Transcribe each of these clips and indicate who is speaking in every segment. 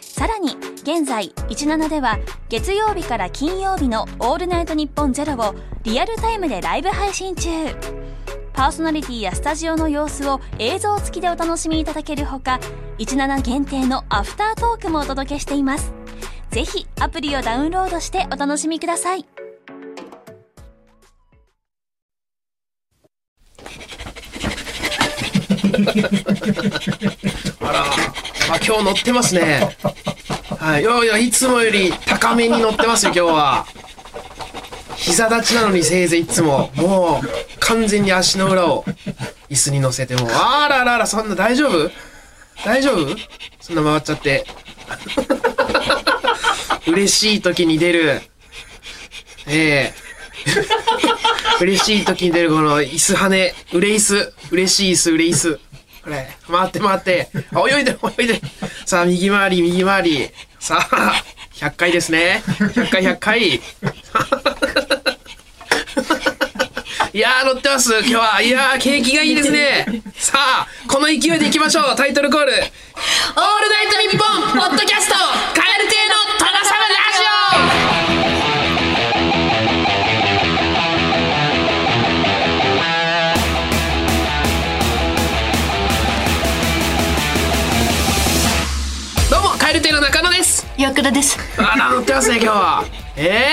Speaker 1: さらに現在17では月曜日から金曜日の「オールナイトニッポンゼロをリアルタイムでライブ配信中パーソナリティやスタジオの様子を映像付きでお楽しみいただけるほか17限定のアフタートークもお届けしていますぜひアプリをダウンロードしてお楽しみください
Speaker 2: あら、あ、今日乗ってますね。はい、いやいや、いつもより高めに乗ってますよ、今日は。膝立ちなのにせいぜいいつも、もう完全に足の裏を椅子に乗せてもう、あらあらあら、そんな大丈夫大丈夫そんな回っちゃって。 嬉しい時に出る、ええ嬉しい時に出るこの椅子跳ね、売れ椅子、嬉しい椅子、売れ椅子。これ、回って回って、あ泳いでる、泳いでる。さあ、右回り、右回り。さあ、100回ですね。100回、100回。いやー、乗ってます、今日は。いやー、景気がいいですね。さあ、この勢いでいきましょう。タイトルコール。オールナイトニッポンポッドキャスト、カエル亭の殿様ラジオどうも、カエル亭の中野です。
Speaker 3: 岩倉です。
Speaker 2: あら、乗ってますね、今日は。ええ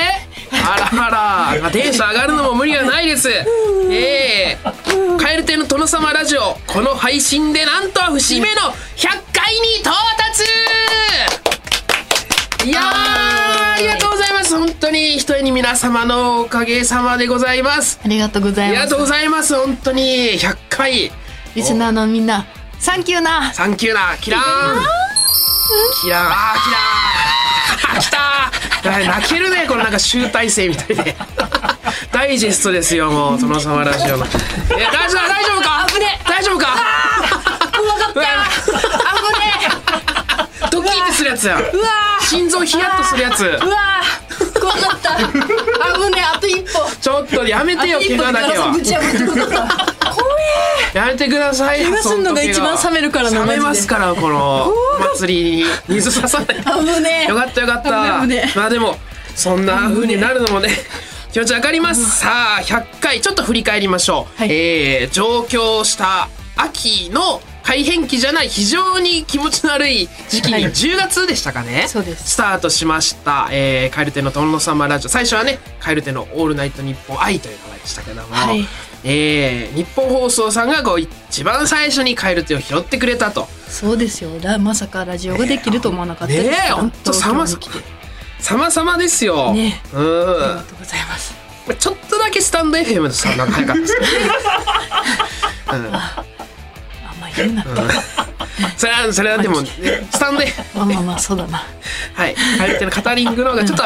Speaker 2: あらあら、まあ、テンション上がるのも無理はないです。ええカエル亭の殿様ラジオ、この配信でなんと節目の100回に到達いやー、ありがとうございます。本当に、一重に皆様のおかげさまでございます。
Speaker 3: ありがとうござ
Speaker 2: あ
Speaker 3: い
Speaker 2: り
Speaker 3: ま
Speaker 2: が
Speaker 3: す
Speaker 2: とう。ございます。本当に、100回。
Speaker 3: リスナーのみんな、サンキューな。
Speaker 2: サンキューなキラーンキラーンあーキラーン 来たー 泣けるねこのなんか集大成みたいで ダイジェストですよもう殿様ラジオのえ大丈夫大丈夫か危ね大丈夫かうわかった危ねドキッてするやつやうわ心臓ヒヤッとするやつ
Speaker 3: うわー怖かった。危ねえ、あと一歩。
Speaker 2: ちょっとやめてよ怪我だけは
Speaker 3: ぶち破ってくださ
Speaker 2: やめてください
Speaker 3: 怪我すんのが
Speaker 2: そ時は
Speaker 3: 一番冷めるからな
Speaker 2: 冷めますからこの祭りに水刺さない
Speaker 3: い。危ねえ。
Speaker 2: よかったよかった。
Speaker 3: 危ねえ危ねえ
Speaker 2: まあでもそんな風になるのもね。気持ちわかります。さあ100回ちょっと振り返りましょう。
Speaker 3: はい
Speaker 2: えー上京した秋の改変期じゃない非常に気持ちの悪い時期
Speaker 3: はい
Speaker 2: に10月でしたかね。
Speaker 3: そうです
Speaker 2: スタートしました。えー、カエルテの殿様ラジオ。最初はねカエルテのオールナイトニッポン愛という名前でしたけども。
Speaker 3: はい
Speaker 2: えー日本放送さんがこう一番最初にカエルテを拾ってくれたと。
Speaker 3: そうですよ。ラまさかラジオができると思わなかった
Speaker 2: ね
Speaker 3: です。
Speaker 2: え、本当さま
Speaker 3: 東京
Speaker 2: さ
Speaker 3: に来て。
Speaker 2: まさまですよ。
Speaker 3: ね
Speaker 2: うん
Speaker 3: ありがとうございます。
Speaker 2: まあちょっとだけスタンド FM のさなんか早かったで すけどね。
Speaker 3: あんま言うな。
Speaker 2: それはそれは でも、ね、スタンドで
Speaker 3: まあまあまあ、そうだな。
Speaker 2: はいカエルテのカタリングの方がちょっ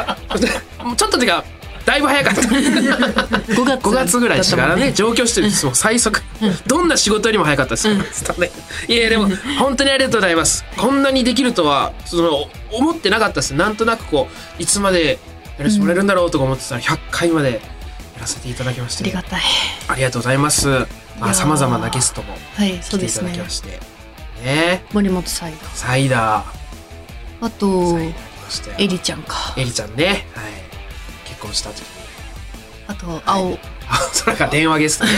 Speaker 2: ともうちょっとてかだいぶ早かった。
Speaker 3: 5月
Speaker 2: 5月ぐらいでしたから
Speaker 3: だったもん
Speaker 2: ね。上京してるもう最速、どんな仕事よりも早かったですよ、スタンド FM いやいやでも本当にありがとうございますこんなにできるとはその思ってなかったですなんとなくこういつまでやらせてもらえるんだろうとか思ってたら100回までやらせていただきまし
Speaker 3: あ
Speaker 2: て
Speaker 3: りがたい。
Speaker 2: ありがとうございます
Speaker 3: いやー
Speaker 2: さまざまなゲストも
Speaker 3: はい、そ
Speaker 2: 来
Speaker 3: うで
Speaker 2: ていた
Speaker 3: す
Speaker 2: だき
Speaker 3: ね
Speaker 2: ま。してね
Speaker 3: 森本彩
Speaker 2: サイダー
Speaker 3: と。あと、
Speaker 2: サイダーありましたよ
Speaker 3: エリちゃんか。
Speaker 2: エリちゃんねはい結婚した時に
Speaker 3: あと、青、
Speaker 2: あそれが電話 ゲストね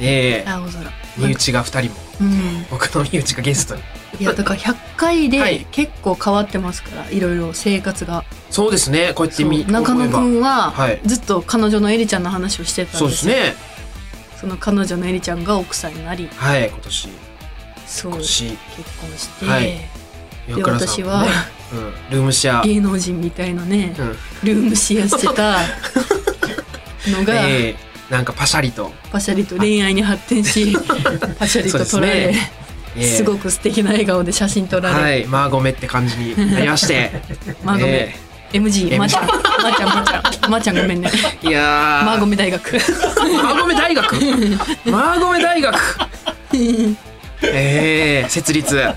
Speaker 2: ええ
Speaker 3: 青空。
Speaker 2: 身内が2人も
Speaker 3: うん。
Speaker 2: 僕の身内がゲストに
Speaker 3: いやだから100回
Speaker 2: はい
Speaker 3: で結構変わってますから、い、ろいろ生活が
Speaker 2: そうですねこうやって見
Speaker 3: そう中野く
Speaker 2: 思え
Speaker 3: んは
Speaker 2: はい
Speaker 3: ずっと彼女のエリちゃんの話をして
Speaker 2: ば
Speaker 3: たん
Speaker 2: そう
Speaker 3: で
Speaker 2: ですす
Speaker 3: よ
Speaker 2: ね
Speaker 3: その彼女のエリちゃんが奥さんになり
Speaker 2: はい今年
Speaker 3: そう
Speaker 2: 今
Speaker 3: 結
Speaker 2: 年
Speaker 3: 婚して、
Speaker 2: はい
Speaker 3: で
Speaker 2: 岩倉さん
Speaker 3: 私
Speaker 2: も
Speaker 3: は
Speaker 2: ね、うん、ルームシェア、
Speaker 3: 芸能人みたいなね、
Speaker 2: うん
Speaker 3: ルームシェアして たのが、
Speaker 2: ええなんかパシャリと、
Speaker 3: パシャリと恋愛に発展 しパシャリと撮ら
Speaker 2: そう
Speaker 3: れ,、
Speaker 2: ですええ
Speaker 3: ごく素敵な笑顔で写真撮られ、
Speaker 2: はいマーゴメって感じになりまして
Speaker 3: マーゴメ
Speaker 2: ええ
Speaker 3: MG まーちゃんまーちゃんまーちゃんまーちゃんごめんね
Speaker 2: いやー
Speaker 3: マーゴメ大学
Speaker 2: マーゴメ大学マーゴメ大学ええ設立、あ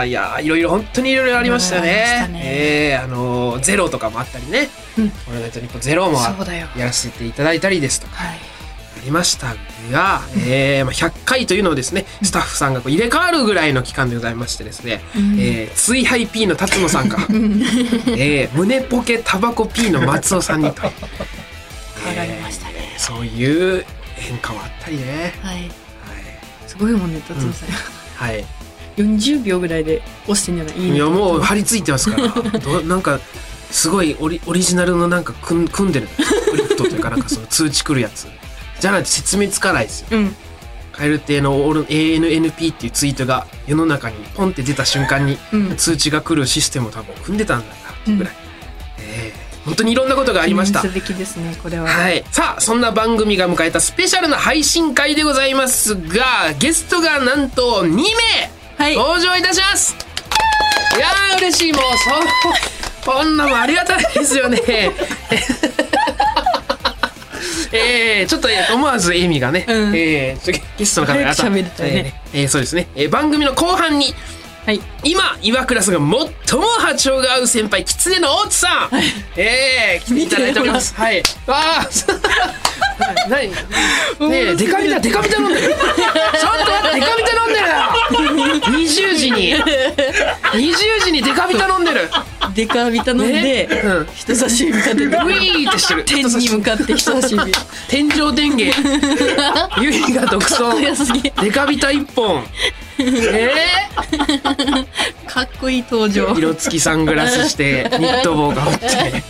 Speaker 2: あいやーいろいろ本当にいろいろありました
Speaker 3: いろいろありまし
Speaker 2: ね
Speaker 3: たね
Speaker 2: ええあのーゼロとかもあったりね
Speaker 3: うん
Speaker 2: 「オールナイトニッポンゼロもあ
Speaker 3: そうだよ
Speaker 2: やらせていただいたりですとか
Speaker 3: はい
Speaker 2: ありましたが、えーまあ、100回というのをですねスタッフさんがこう入れ替わるぐらいの期間でございましてですね、えー、追廃 P の辰野さ んか、えー、胸ポケタバコ P の松尾さんにと、
Speaker 3: 変わりましたね
Speaker 2: えーそういう変化はあったりね、
Speaker 3: はいすごいもんね達郎さん
Speaker 2: はいはい、
Speaker 3: 40秒ぐらいで押してんじゃないいいね
Speaker 2: いやもう張り付いてますからどなんかすごいオリオリジナルのなんか組ん組んでるクリプトというかなんかその通知来るやつじゃないと説明つかないですよ
Speaker 3: うん
Speaker 2: カエル亭のオール ANNP っていうツイートが世の中にポンって出た瞬間に
Speaker 3: うん
Speaker 2: 通知が来るシステムを多分組んでたんだなっていうぐらい、ええ本当にいろんなことがあ
Speaker 3: あ
Speaker 2: りました
Speaker 3: す。べきですねこれは
Speaker 2: はい、さあそんな番組が迎えたスペシャルな配信会でございますがゲストがなんと2名
Speaker 3: はい
Speaker 2: 登場いたします、い、やー嬉しいもうそこんなもんありがたいですよね えー、ちょっと思わず笑みがね、
Speaker 3: うん
Speaker 2: えーちょっとゲストの方々
Speaker 3: 早く喋りたいね
Speaker 2: えーえーそうですね、えー番組の後半に
Speaker 3: はい
Speaker 2: 今岩倉さんが最も波長が合う先輩狐の大津さん、ええー、来ていただいておりますはいわあ 何ねえデカビタデカビタ飲んでるちょっと待ってデカビタ飲んでる20時に20時にデカビタ飲んでる
Speaker 3: デカビタ飲んで
Speaker 2: ねうん
Speaker 3: 人差し指立て
Speaker 2: ウ
Speaker 3: て
Speaker 2: ィーってしてる
Speaker 3: 天に向かって人差し指
Speaker 2: 天井天下 ユリが独
Speaker 3: かっこ
Speaker 2: 走
Speaker 3: よすぎ
Speaker 2: デカビタ一本ええ
Speaker 3: かっこいい登場
Speaker 2: 色付きサングラ スしてニット帽がぶって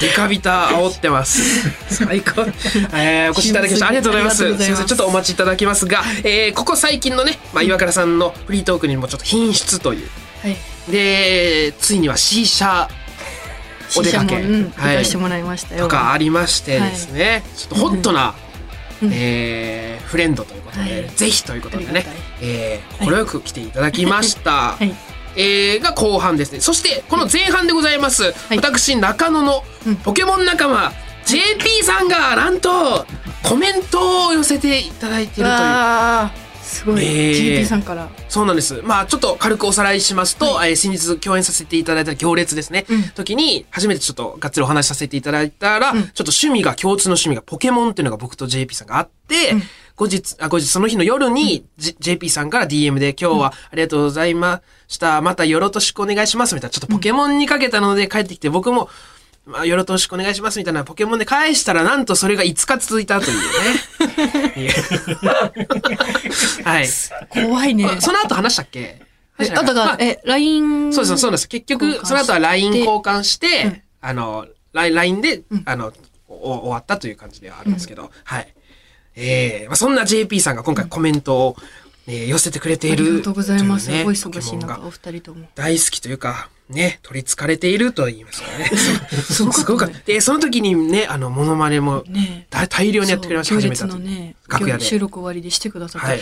Speaker 2: デカビタ煽って ます最高、えー、お越しいただきましたありがとうございます
Speaker 3: ありがとうございます
Speaker 2: すいませんちょっとお待ちいただきますが、えー、ここ最近のね、まあ、岩倉さんのフリートークにもちょっと品質という
Speaker 3: はい
Speaker 2: でついには C 社お出かけ
Speaker 3: シーシャもうん、行
Speaker 2: はい
Speaker 3: かしてもらいましたよ
Speaker 2: とかありましてですね、ちょっとホットな、
Speaker 3: うん
Speaker 2: えーフレンドということで、
Speaker 3: はい
Speaker 2: ぜひということで
Speaker 3: あり
Speaker 2: ね
Speaker 3: がたい、
Speaker 2: えー、快く来ていただきました、
Speaker 3: はい
Speaker 2: えーが後半ですねそしてこの前半でございます、
Speaker 3: い
Speaker 2: 私中野の
Speaker 3: うん
Speaker 2: ポケモン仲間、JP さんがなんとコメントを寄せていただいているという
Speaker 3: わーすごい、
Speaker 2: えー
Speaker 3: GP さんから
Speaker 2: そうなんですまあちょっと軽くおさらいしますと、えー先日共演させていただいた行列ですね、
Speaker 3: うん
Speaker 2: 時に初めてちょっとがっつりお話しさせていただいたら、
Speaker 3: うん
Speaker 2: ちょっと趣味が共通の趣味がポケモンっていうのが僕と JP さんがあって、
Speaker 3: うん
Speaker 2: 後日あ後日その日の夜に、J- JP さんから DM で今日はありがとうございましたまたよろしくお願いしますみたいなちょっとポケモンにかけたので帰ってきて僕もまあ、よろしくお願いしますみたいなポケモンで返したらなんとそれが5日続いたという ね。 はい。
Speaker 3: 怖いね
Speaker 2: あその後話したっけ
Speaker 3: え
Speaker 2: 話した
Speaker 3: あ
Speaker 2: っ
Speaker 3: と
Speaker 2: けま
Speaker 3: が、え LINE
Speaker 2: そうです、そうなんです。結
Speaker 3: 交換し
Speaker 2: 局、
Speaker 3: て
Speaker 2: その後は LINE 交換して、
Speaker 3: うん
Speaker 2: あの、ライン LINE で、
Speaker 3: うん
Speaker 2: あの、お終わったという感じではあるんですけど、はい。えーまあ、そんな JP さんが今回コメントを、えー寄せてくれてい
Speaker 3: あ
Speaker 2: る。
Speaker 3: りがとうございます、
Speaker 2: とうね
Speaker 3: お忙しい
Speaker 2: ポケモン
Speaker 3: 中
Speaker 2: が
Speaker 3: お二人とも
Speaker 2: 大好きというか、ね、取り憑かれていると言いますかね。す
Speaker 3: ごかったね
Speaker 2: ごかった。で、その時にね、あの、モノマネも
Speaker 3: ねえ
Speaker 2: 大大量にやってくれました、
Speaker 3: そう
Speaker 2: 初
Speaker 3: 行
Speaker 2: めて
Speaker 3: 列
Speaker 2: 会った
Speaker 3: の
Speaker 2: 時
Speaker 3: ね
Speaker 2: 楽屋で
Speaker 3: 収録終わりでしてくださって、
Speaker 2: はい。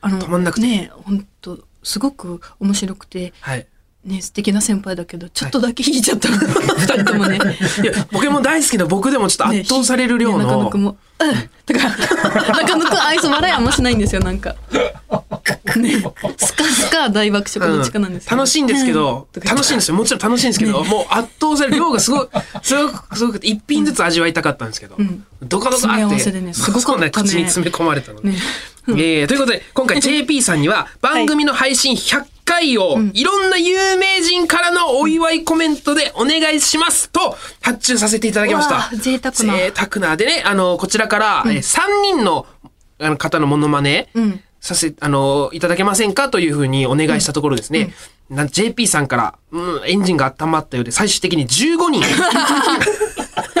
Speaker 3: あの
Speaker 2: 止まんなくて
Speaker 3: ね本当すごく面白くて
Speaker 2: はい。
Speaker 3: ね素敵な先輩だけどちょっとだけ引いちゃ った、二人ともね
Speaker 2: いや、ポケモン大好きな僕でもちょっと圧倒される量
Speaker 3: ね中
Speaker 2: の
Speaker 3: 野くん。も「うん」とか中野くんあいつ笑いあんましないんですよなんかねスカスカ大爆笑この力なんですよ、
Speaker 2: 楽しいんですけど、
Speaker 3: うん
Speaker 2: 楽しいんですよ。もちろん楽しいんですけど、もう圧倒される量がすごい、すごく、すごくて、一品ずつ味わいたかったんですけど、
Speaker 3: ん
Speaker 2: どかどか
Speaker 3: 詰め合
Speaker 2: あっ
Speaker 3: わ
Speaker 2: て、
Speaker 3: せで ね
Speaker 2: そ
Speaker 3: すごか
Speaker 2: こ
Speaker 3: った
Speaker 2: ね、
Speaker 3: ね
Speaker 2: 口に詰め込まれたの で。
Speaker 3: ね
Speaker 2: えーということで、今回 JP さんには、番組の配信100回を、いろんな有名人からのお祝いコメントでお願いしますと、発注させていただきまし
Speaker 3: う
Speaker 2: た
Speaker 3: わ。贅沢な
Speaker 2: 贅沢な。でね、あの、こちらから、えー3人のあの方のモノマネ、
Speaker 3: うん
Speaker 2: させ、あの、いただけませんかというふうにお願いしたところですね。な JP さんから、うん、エンジンが温まったようで、最終的に15人。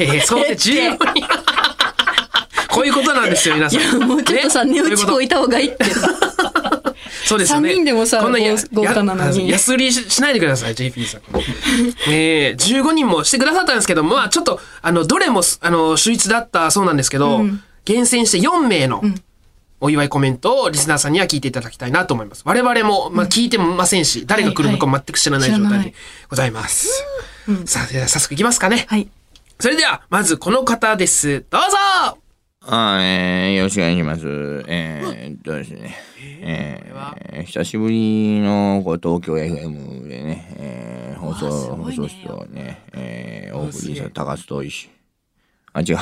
Speaker 2: えー、そうで15人。 こういうことなんですよ、皆さん。
Speaker 3: もうちょっとさ
Speaker 2: ね
Speaker 3: 値打ち
Speaker 2: こ
Speaker 3: 置
Speaker 2: うい
Speaker 3: い
Speaker 2: うこ
Speaker 3: た方がいいって
Speaker 2: とそうですよね。
Speaker 3: 三人でもさ
Speaker 2: こんなや
Speaker 3: 豪豪華なのに
Speaker 2: や安売りしないでください、JP さん。 えー、15人もしてくださったんですけど、まあちょっと、あの、どれもす、あの、秀逸だったそうなんですけど、厳選して4名の、お祝いコメントをリスナーさんには聞いていただきたいなと思います。我々も、まあ、聞いてもませんし、誰が来るのか全く知らない
Speaker 3: は
Speaker 2: 状
Speaker 3: い
Speaker 2: 態
Speaker 3: はい
Speaker 2: でございます。さあ、では早速いきますかね。
Speaker 3: はい。
Speaker 2: それでは、まずこの方です。どうぞ
Speaker 4: あーえー、よろしくお願いします。えー、っとですね。えー、久しぶりのこう東京 FM でね、えー、放送、
Speaker 3: わあすご
Speaker 4: 放
Speaker 3: いね
Speaker 4: 送室をね、えー、お送
Speaker 2: す
Speaker 4: り
Speaker 2: げ
Speaker 4: し
Speaker 2: え
Speaker 4: た高須といし。あ、違う。 知っ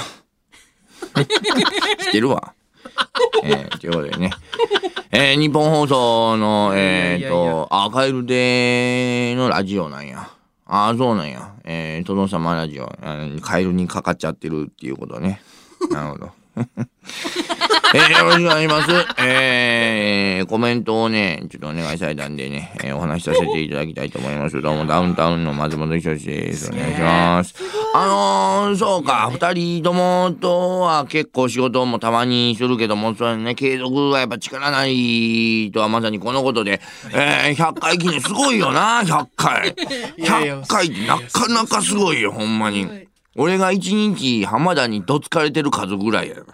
Speaker 4: てるわ。えー、ということでね。えー、日本放送の、えー、っ
Speaker 2: いやいやいや
Speaker 4: と、アーカイブでのラジオなんや。ああ、そうなんや。えー、殿様ラジオ。あのカエルにかかっちゃってるっていうことね。なるほど。 えー、よろしくお願いします。えー、コメントをね、ちょっとお願いされたんでね、えーお話しさせていただきたいと思います。どうも、ダウンタウンの松本人志です。お願いします。あのー、そうか、二人ともとは結構仕事もたまにするけども、そうやね、継続がやっぱ力ないとはまさにこのことで、えー、100回記念すごいよな、100回。
Speaker 2: やいや
Speaker 4: 100回ってなかなかすごいよ、ほんまに
Speaker 3: すごい。
Speaker 4: 俺が一日浜田にどつかれてる数ぐらいやよ。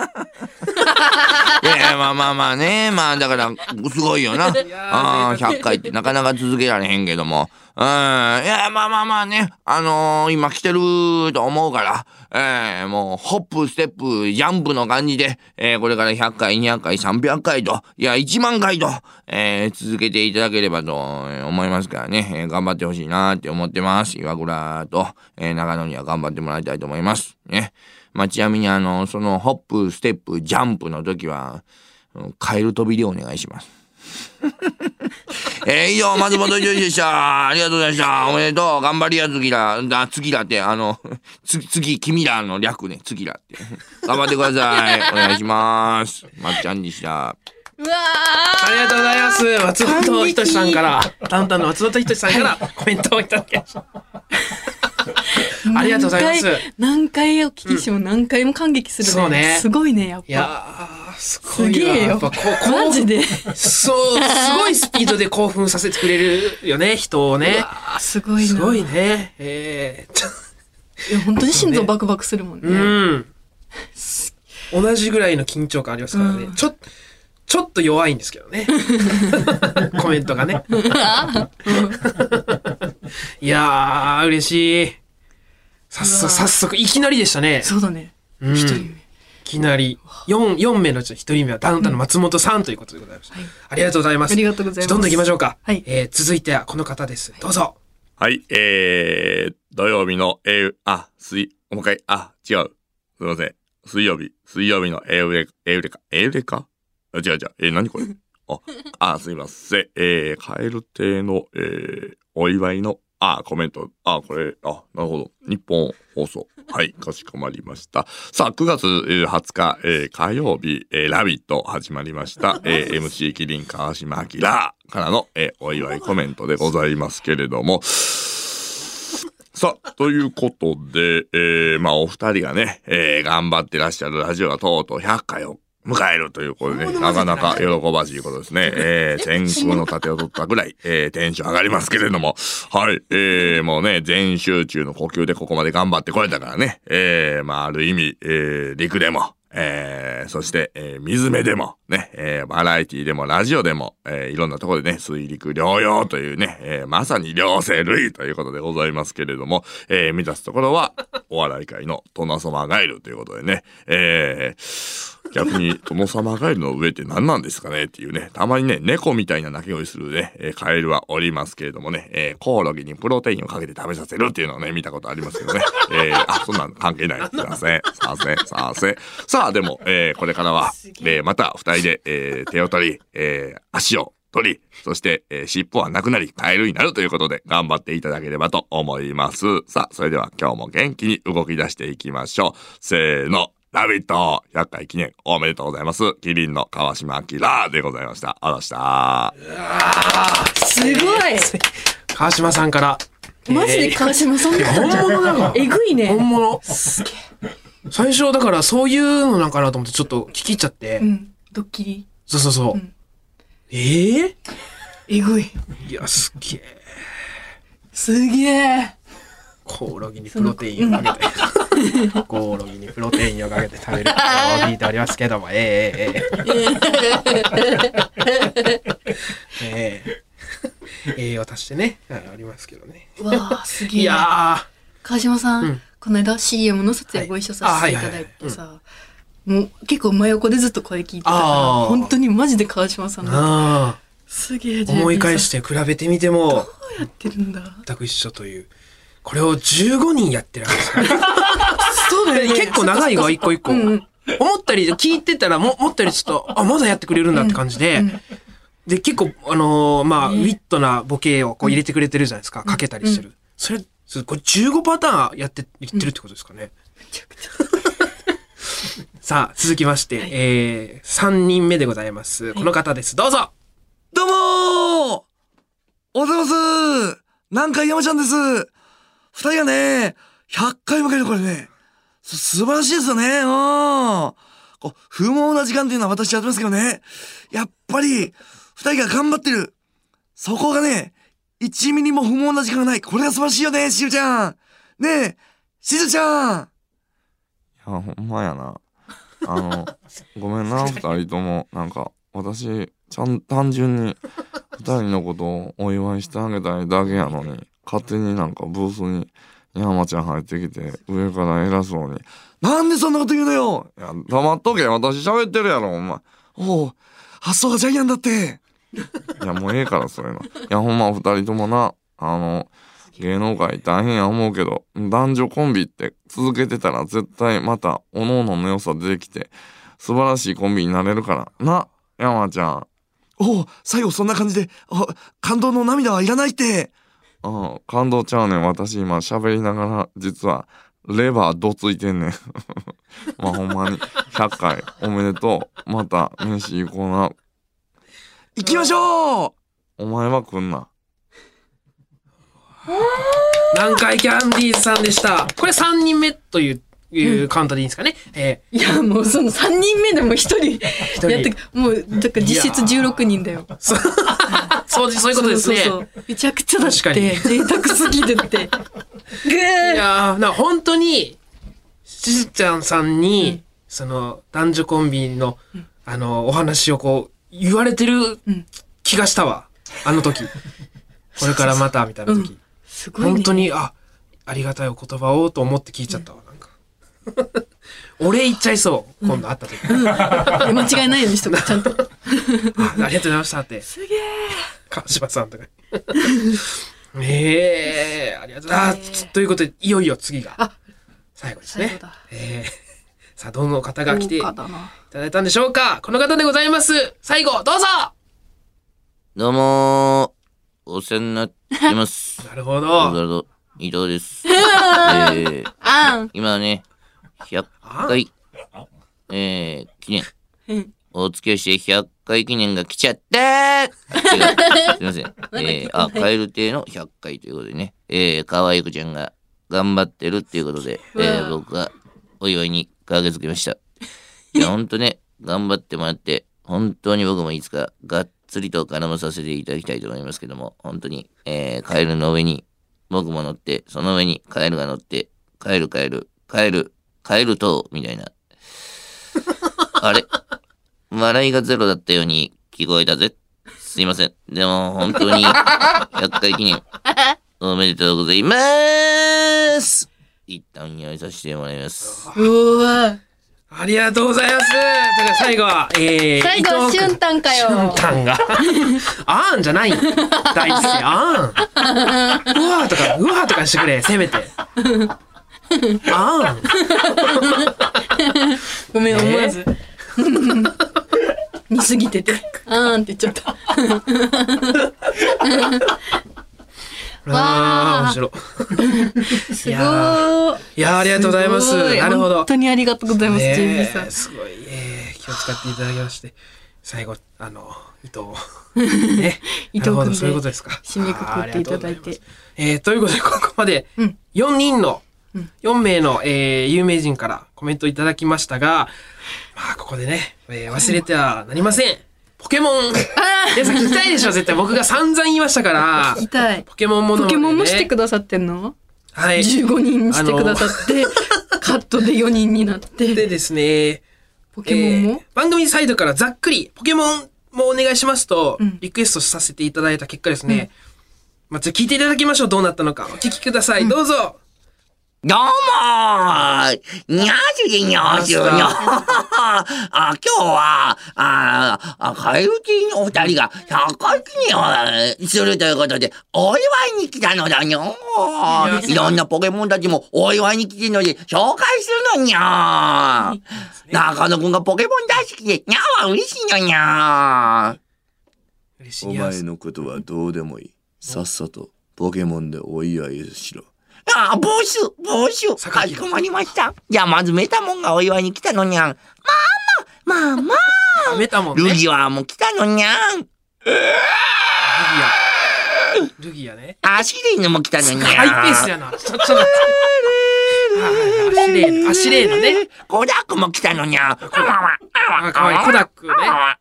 Speaker 4: いやいやまあまあまあねまあだからすごいよなあー100回ってなかなか続けられへんけどもうんいやまあまあまあねあのー、今来てると思うから、えー、もうホップステップジャンプの感じで、えー、これから100回200回300回といや1万回と、えー、続けていただければとえー思いますからね、えー、頑張ってほしいなって思ってます岩倉と、えー、長野には頑張ってもらいたいと思いますねまあ、ちなみにあの、そのホップ、ステップ、ジャンプの時は、うんカエル飛びでお願いします。えー、以上、松本伊志で した。ありがとうございました。おめでとう。頑張りや、次ら。だ、次らって、あの、 つ、次、君らの略ね、次らって。頑張ってください。お願いします。まっちゃんでした。
Speaker 3: うわあ
Speaker 2: ありがとうございます。松本人志さんから、ダウンタウンの松本人志さんからコメントをいただき ました。 ありがとうございます。い
Speaker 3: 何回お聞きしても何回も感激するね。
Speaker 2: そうね
Speaker 3: すごいね、やっぱ。
Speaker 2: やー、すごい
Speaker 3: す
Speaker 2: わ
Speaker 3: げえ
Speaker 2: や
Speaker 3: よ。
Speaker 2: っぱこう、
Speaker 3: マジで。
Speaker 2: そう、すごいスピードで興奮させてくれるよね、人をね。
Speaker 3: あすごいな。
Speaker 2: すごいね。えーちょ
Speaker 3: いや本当に心臓バクバクするもんね。
Speaker 2: うん。同じぐらいの緊張感ありますからね。ちょ、ちょっと弱いんですけどね。 コメントがね。いやー、嬉しい。早
Speaker 3: う
Speaker 2: 速、
Speaker 3: わ
Speaker 2: 早速、いきなりでしたね。
Speaker 3: そうだね。
Speaker 2: うん
Speaker 3: 一人目
Speaker 2: いきなり。4、四名のうちの1人目はダウンタウンの松本さんということでございました。
Speaker 3: はい
Speaker 2: ありがとうございます。
Speaker 3: ありがとうございます
Speaker 2: どんどん行きましょうか。
Speaker 3: はい
Speaker 2: えー続いてはこの方です。どうぞ。
Speaker 5: はい、えー、土曜日の、えー、あ、水、もう一回、あ、違う。すいません。水曜日、水曜日のエウレカ、エウレカ、エウレカあ違う違う、えー、何これあ、あ、すいません。えー、カエル亭の、えー、お祝いの、あ、コメント、あ、これ、あ、なるほど。日本放送。はい、 かしこまりました。さあ、9月えー20日、えー火曜日、えーラビット始まりました。えー MC キリン川島明からの、えーお祝いコメントでございますけれども、さあ、ということで、えー、まあ、お二人がね、えー、頑張ってらっしゃるラジオがとうとう100回を迎えるということでね、なかなか喜ばしいことです ね。えー、天空の盾を取ったぐらい、えー、テンション上がりますけれども、はい、えー、もうね、全集中の呼吸でここまで頑張ってこれたからね、えー、まあ、ある意味、えー、陸でも、えー、そして、えー、水目でも、ね、えー、バラエティでも、ラジオでも、えー、いろんなところでね、水陸両用というね、えー、まさに両生類ということでございますけれども、えー、満たすところは、 お笑い界の殿様ガエルということでね、えー、逆に、殿様ガエルの上って何なんですかねっていうね、たまにね、猫みたいな鳴き声するね、えー、カエルはおりますけれどもね、えー、コオロギにプロテインをかけて食べさせるっていうのをね、見たことありますけどね、えー、あ、そんなん関係ない。すいません、すいません、すいません。さあ、でも、えー、これからは、えー、また二人で、えー、手を取り、えー、足を取り、そして、えー、尻尾はなくなり、カエルになるということで、頑張っていただければと思います。さあ、それでは今日も元気に動き出していきましょう。せーの、ラビット !100 回記念おめでとうございます。キリンの川島明でございました。あらした。
Speaker 3: すごい
Speaker 2: 川島さんから。
Speaker 3: マジで川島さんみたいじゃん
Speaker 2: 本物だな
Speaker 3: えぐい
Speaker 2: 本
Speaker 3: ね。
Speaker 2: 物最初だからそういうのなんかなと思ってちょっと聞き入っちゃって、
Speaker 3: うん。ドッキリ。
Speaker 2: そうそうそう、
Speaker 3: うん
Speaker 2: ええ
Speaker 3: えぐい。
Speaker 2: いやすっげえ
Speaker 3: すげえ。
Speaker 2: こコオロギにプロテインをかけて、コオロギにプロテインをかけて食べ るのを聞いておりますけども、ええええええええ栄養足してね、はいありますけどね。
Speaker 3: わあ、すげえ。
Speaker 2: いや
Speaker 3: 川島さん、
Speaker 2: うん
Speaker 3: この間 CM の撮影ご一緒させていただいてさ、もう結構真横でずっっと声聞いてたから
Speaker 2: あー
Speaker 3: 本当にマジで川島さん
Speaker 2: ー、
Speaker 3: だ
Speaker 2: なあ、
Speaker 3: すげえ
Speaker 2: 思い返してて比べてみても、
Speaker 3: やってるんだ
Speaker 2: 全く一緒という。これを15人やってるわけですから。
Speaker 3: そうだよね
Speaker 2: 結構長いわ、一個一個。
Speaker 3: うんうん
Speaker 2: 思ったより、聞いてたらも、思ったよりちょっと、あ、まだやってくれるんだって感じで、で、結構、あのーまあ、ウィットなボケをこう入れてくれてるじゃないですか、かけたりしてる。それ、すこれ15パターンやって、いってるってことですかね。さあ、続きまして、えー、3人目でございます。この方です。どうぞ
Speaker 6: どうもーおはようございます南海山ちゃんです二人がね、100回もけるこれね、す素晴らしいですよねうんこう不毛な時間というのは私やってますけどね、やっぱり、二人が頑張ってるそこがね、一ミリも不毛な時間がないこれが素晴らしいよね、しずちゃんねえ、しずちゃん
Speaker 7: いや、ほんまやな。あの、ごめんな、二人とも。なんか、私、ちゃん、単純に、二人のことをお祝いしてあげたいだけやのに、勝手になんかブースに、山ちゃん入ってきて、上から偉そうに、なんでそんなこと言うのよいや、黙っとけ、私喋ってるやろ、お前。おう、発想がジャイアンだって。いや、もうええから、そういうの。いや、ほんま、二人ともな、あの、芸能界大変や思うけど男女コンビって続けてたら絶対また各々の良さ出てきて素晴らしいコンビになれるからな山ちゃん
Speaker 6: おう、最後そんな感じで、お感動の涙はいらないって
Speaker 7: ああ感動ちゃうねん私今喋りながら実はレバーどついてんねん まあほんまに100回おめでとうまた飯行こうな
Speaker 6: 行きましょう
Speaker 7: お前は来んな
Speaker 2: 南海キャンディーズさんでした。これ3人目という、いうカウントでいいんですかね。え
Speaker 3: いやもうその3人目でも1人
Speaker 2: 人
Speaker 3: やってもうだから実質16人だよ
Speaker 2: ー、そう、そうそういうことですね。
Speaker 3: そうそうめちゃくちゃだっ
Speaker 2: 確かに
Speaker 3: て贅沢すぎる ってぐ
Speaker 2: い
Speaker 3: ー
Speaker 2: やーな本当にしずちゃんさんに、
Speaker 3: うん
Speaker 2: その男女コンビの、あのお話をこう言われてる
Speaker 3: うん
Speaker 2: 気がしたわ、あ の時これからまたみたいな時、
Speaker 3: すごいね
Speaker 2: 本当にあありがたいお言葉をと思って聞いちゃったわ、なんか 俺言っちゃいそう今度会った時、 あ
Speaker 3: え間違いないようにしとくちゃんと
Speaker 2: ありがとうございましたって
Speaker 3: すげえ
Speaker 2: 川島さんとかええありがとうございますあということでいよいよ次が
Speaker 3: あ
Speaker 2: 最後です
Speaker 3: 最
Speaker 2: ね
Speaker 3: 後だ
Speaker 2: えー、 さあ、どの方が来てい
Speaker 3: 豪華
Speaker 2: た
Speaker 3: だな
Speaker 2: だいたんでしょうかこの方でございます最後、どうぞ
Speaker 6: どうもー、お世話になってます。
Speaker 2: なるほ
Speaker 6: オズ
Speaker 2: ど。
Speaker 6: ワルド、伊藤 です。えー、
Speaker 3: あん
Speaker 6: 今ね、100回、えー、記念
Speaker 3: うん。
Speaker 6: お付き合いして100回記念が来ちゃったー違う すいません。えー、あ、カエル亭の100回ということでね、えー、可愛い子ちゃんが頑張ってるっていうことで、えー、僕がお祝いに駆けつけました。い や、ほんとね、頑張ってもらって、本当に僕もいつかがっつりと絡まさせていただきたいと思いますけども、本当に、えー、カエルの上に僕も乗って、その上にカエルが乗って、カエルカエル、カエル、カエルと、みたいな。あれ笑いがゼロだったように聞こえたぜ。すいません。でも本当に、100回記念、おめでとうございます一旦やりさせてもらいます。
Speaker 3: うわ
Speaker 2: ありがとうございますということで最後は、えー、
Speaker 3: 最後は
Speaker 2: 伊藤君
Speaker 3: 俊太かよ
Speaker 2: 俊太が。あーんじゃない大好き。あー ん。うわーとか、うわーとかしてくれ、せめて。 あーん。
Speaker 3: ごめん思わず似すぎててあーんって言っちゃ った
Speaker 2: あー、面白い。
Speaker 3: すご
Speaker 2: いや
Speaker 3: ー
Speaker 2: いやー、ありがとうございます
Speaker 3: ご
Speaker 2: す。
Speaker 3: い
Speaker 2: なるほど
Speaker 3: 本。当にありがとうございます、ジェイミーさ
Speaker 2: ね
Speaker 3: ん
Speaker 2: え。すごい、えー気を使っていただきまして、最後、あの、伊藤 を。ね、
Speaker 3: 伊
Speaker 2: な
Speaker 3: 藤
Speaker 2: るほど
Speaker 3: 君で
Speaker 2: そういうことですか。
Speaker 3: 締めくくっていただいて
Speaker 2: あー。ありがとうござますえーということで、ここまで
Speaker 3: うん
Speaker 2: 4人の、4名の、えー有名人からコメントいただきましたが、まあ、ここでね、えー忘れてはなりません。ポケモン。皆さん聞きたいでしょ絶対僕が散々言いましたか ら。
Speaker 3: 痛い。
Speaker 2: ポケモンもの
Speaker 3: ポ
Speaker 2: まで
Speaker 3: ケ
Speaker 2: ね
Speaker 3: モンもしてくださってんの
Speaker 2: はい。
Speaker 3: 15人に してくださって、 カットで4人になっ
Speaker 2: で
Speaker 3: て、
Speaker 2: ですね、
Speaker 3: ポケモン
Speaker 2: え
Speaker 3: も
Speaker 2: ー、番組サイドからざっくり、ポケモンもお願いしますと
Speaker 3: うん、
Speaker 2: リクエストさせていただいた結果ですね、まあ、じゃあ聞いていただきましょう、どうなったの か。お聞きください、どうぞ。
Speaker 8: どうもーにゃじゅじにょじゅにょ
Speaker 2: あ
Speaker 8: あ、今日は、あ、あカエルティのお二人が100回記念をするということで、お祝いに来たのだにょ
Speaker 2: や
Speaker 8: ーいろんなポケモンたちもお祝いに来てるので、紹介するのにょー 中野くんがポケモン大好きで、にゃーは嬉しいのにょー
Speaker 2: 嬉しい
Speaker 9: お
Speaker 2: ニュアン
Speaker 9: 前
Speaker 2: ス
Speaker 9: のことはどうでもいい。さっさとポケモンでお祝いしろ。
Speaker 8: ああ、帽子、帽子、
Speaker 2: 榊
Speaker 8: かしこまりました。じゃあ、まずメタモンがお祝いに来たのにゃん。まあまあ、まあまあ。
Speaker 2: メタモンね。
Speaker 8: ルギアも来たのにゃん。
Speaker 2: ルギア。ルギアね。
Speaker 8: アシレイヌも来たのにゃん。
Speaker 2: ハイペースやな。ちょっ と待って。はいはいアシレーナ、アシレーナね。
Speaker 8: コダックも来たのにゃん。
Speaker 2: あ、かわいい。コダックね。あ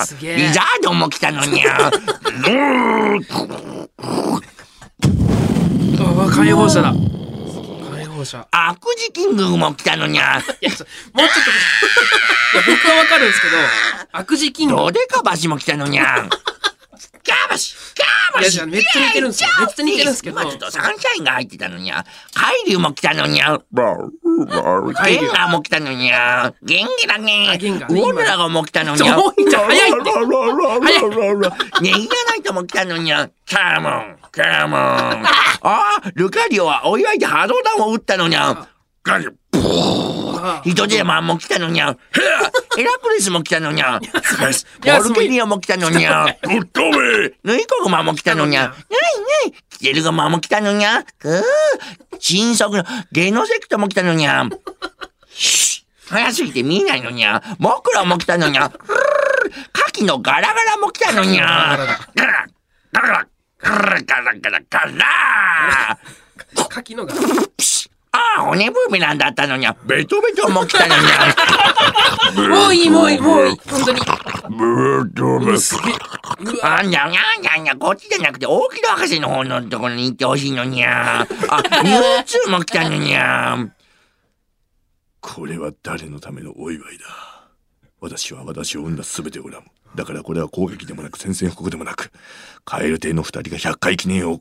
Speaker 2: ーすげ
Speaker 8: リ
Speaker 2: え
Speaker 8: ザ。ードンも来たの にゃん。
Speaker 2: あわ、解放者だ。解放者。
Speaker 8: アクジキングも来たのにゃん。
Speaker 2: いや、ちょもうちょっと。いや、僕はわかるんですけ ど、悪事キング。
Speaker 8: ロデカバシも来たのにゃん。カバシカバ
Speaker 2: い
Speaker 8: シ
Speaker 2: やめっちゃ似てるんですよめっちゃ似てるんですけど
Speaker 8: まあちょっとサンシャインが入ってたのにゃん。カイリュウも来たのにゃん。ゲ
Speaker 2: 海流
Speaker 8: ンガーも来たのにゃん。ゲンゲラ
Speaker 2: あ
Speaker 8: ね。
Speaker 2: ゲンガー
Speaker 8: ウ
Speaker 2: ね
Speaker 8: ォルラがも来たの に
Speaker 2: ち
Speaker 8: ゃん。
Speaker 2: ょ、多いんじゃん早いって。
Speaker 8: ネギがないとも来たのにゃん。カモン、カモン。あ あ、ルカリオはお祝いで波動弾を打ったのにゃん。ガリ
Speaker 2: あ
Speaker 8: ヒトデーマンも来たのにゃん。ヘアエラクレスも来たのにゃん。
Speaker 2: や
Speaker 8: ボルケニアも来たのにゃん。ぶっ飛べヌイコグマも来たのにゃん。ヌイヌイキテルグマも来たのにゃん。くー。新速のゲノセクトも来たのにゃん。シュッ早すぎて見えないのにゃん。モクロも来たのにゃん。ふるるるカキのガラガラも来たのにゃん。ガラガラガラガラガラガラ
Speaker 2: カキのが。
Speaker 8: ああ、骨ブーメランだったのにゃ、ベトベトも来たのにゃ。
Speaker 2: もういい、もういい、もういい。本当に。すげえ
Speaker 8: あんゃにゃんにゃんにゃん、こっちじゃなくて、大木戸博士の方のところに行ってほしいのにゃ。あ、ニューツーも来たのにゃ。
Speaker 9: これは誰のためのお祝いだ私は私を産んだ全てを恨む。だからこれは攻撃でもなく宣戦布告でもなく、カエル亭の二人が100回記念を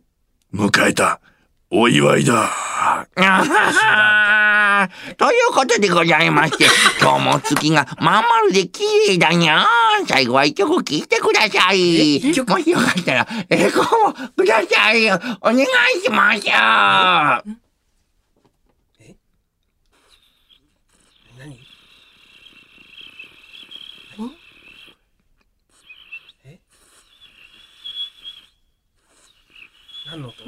Speaker 9: 迎えたお祝いだ
Speaker 8: あははということでございまして、今日も月がまん丸で綺麗だにゃーん。最後は一曲聴いてください。もしよかったら、エコーをくださいよ。お願いしますよ。
Speaker 2: 何え何の音ピー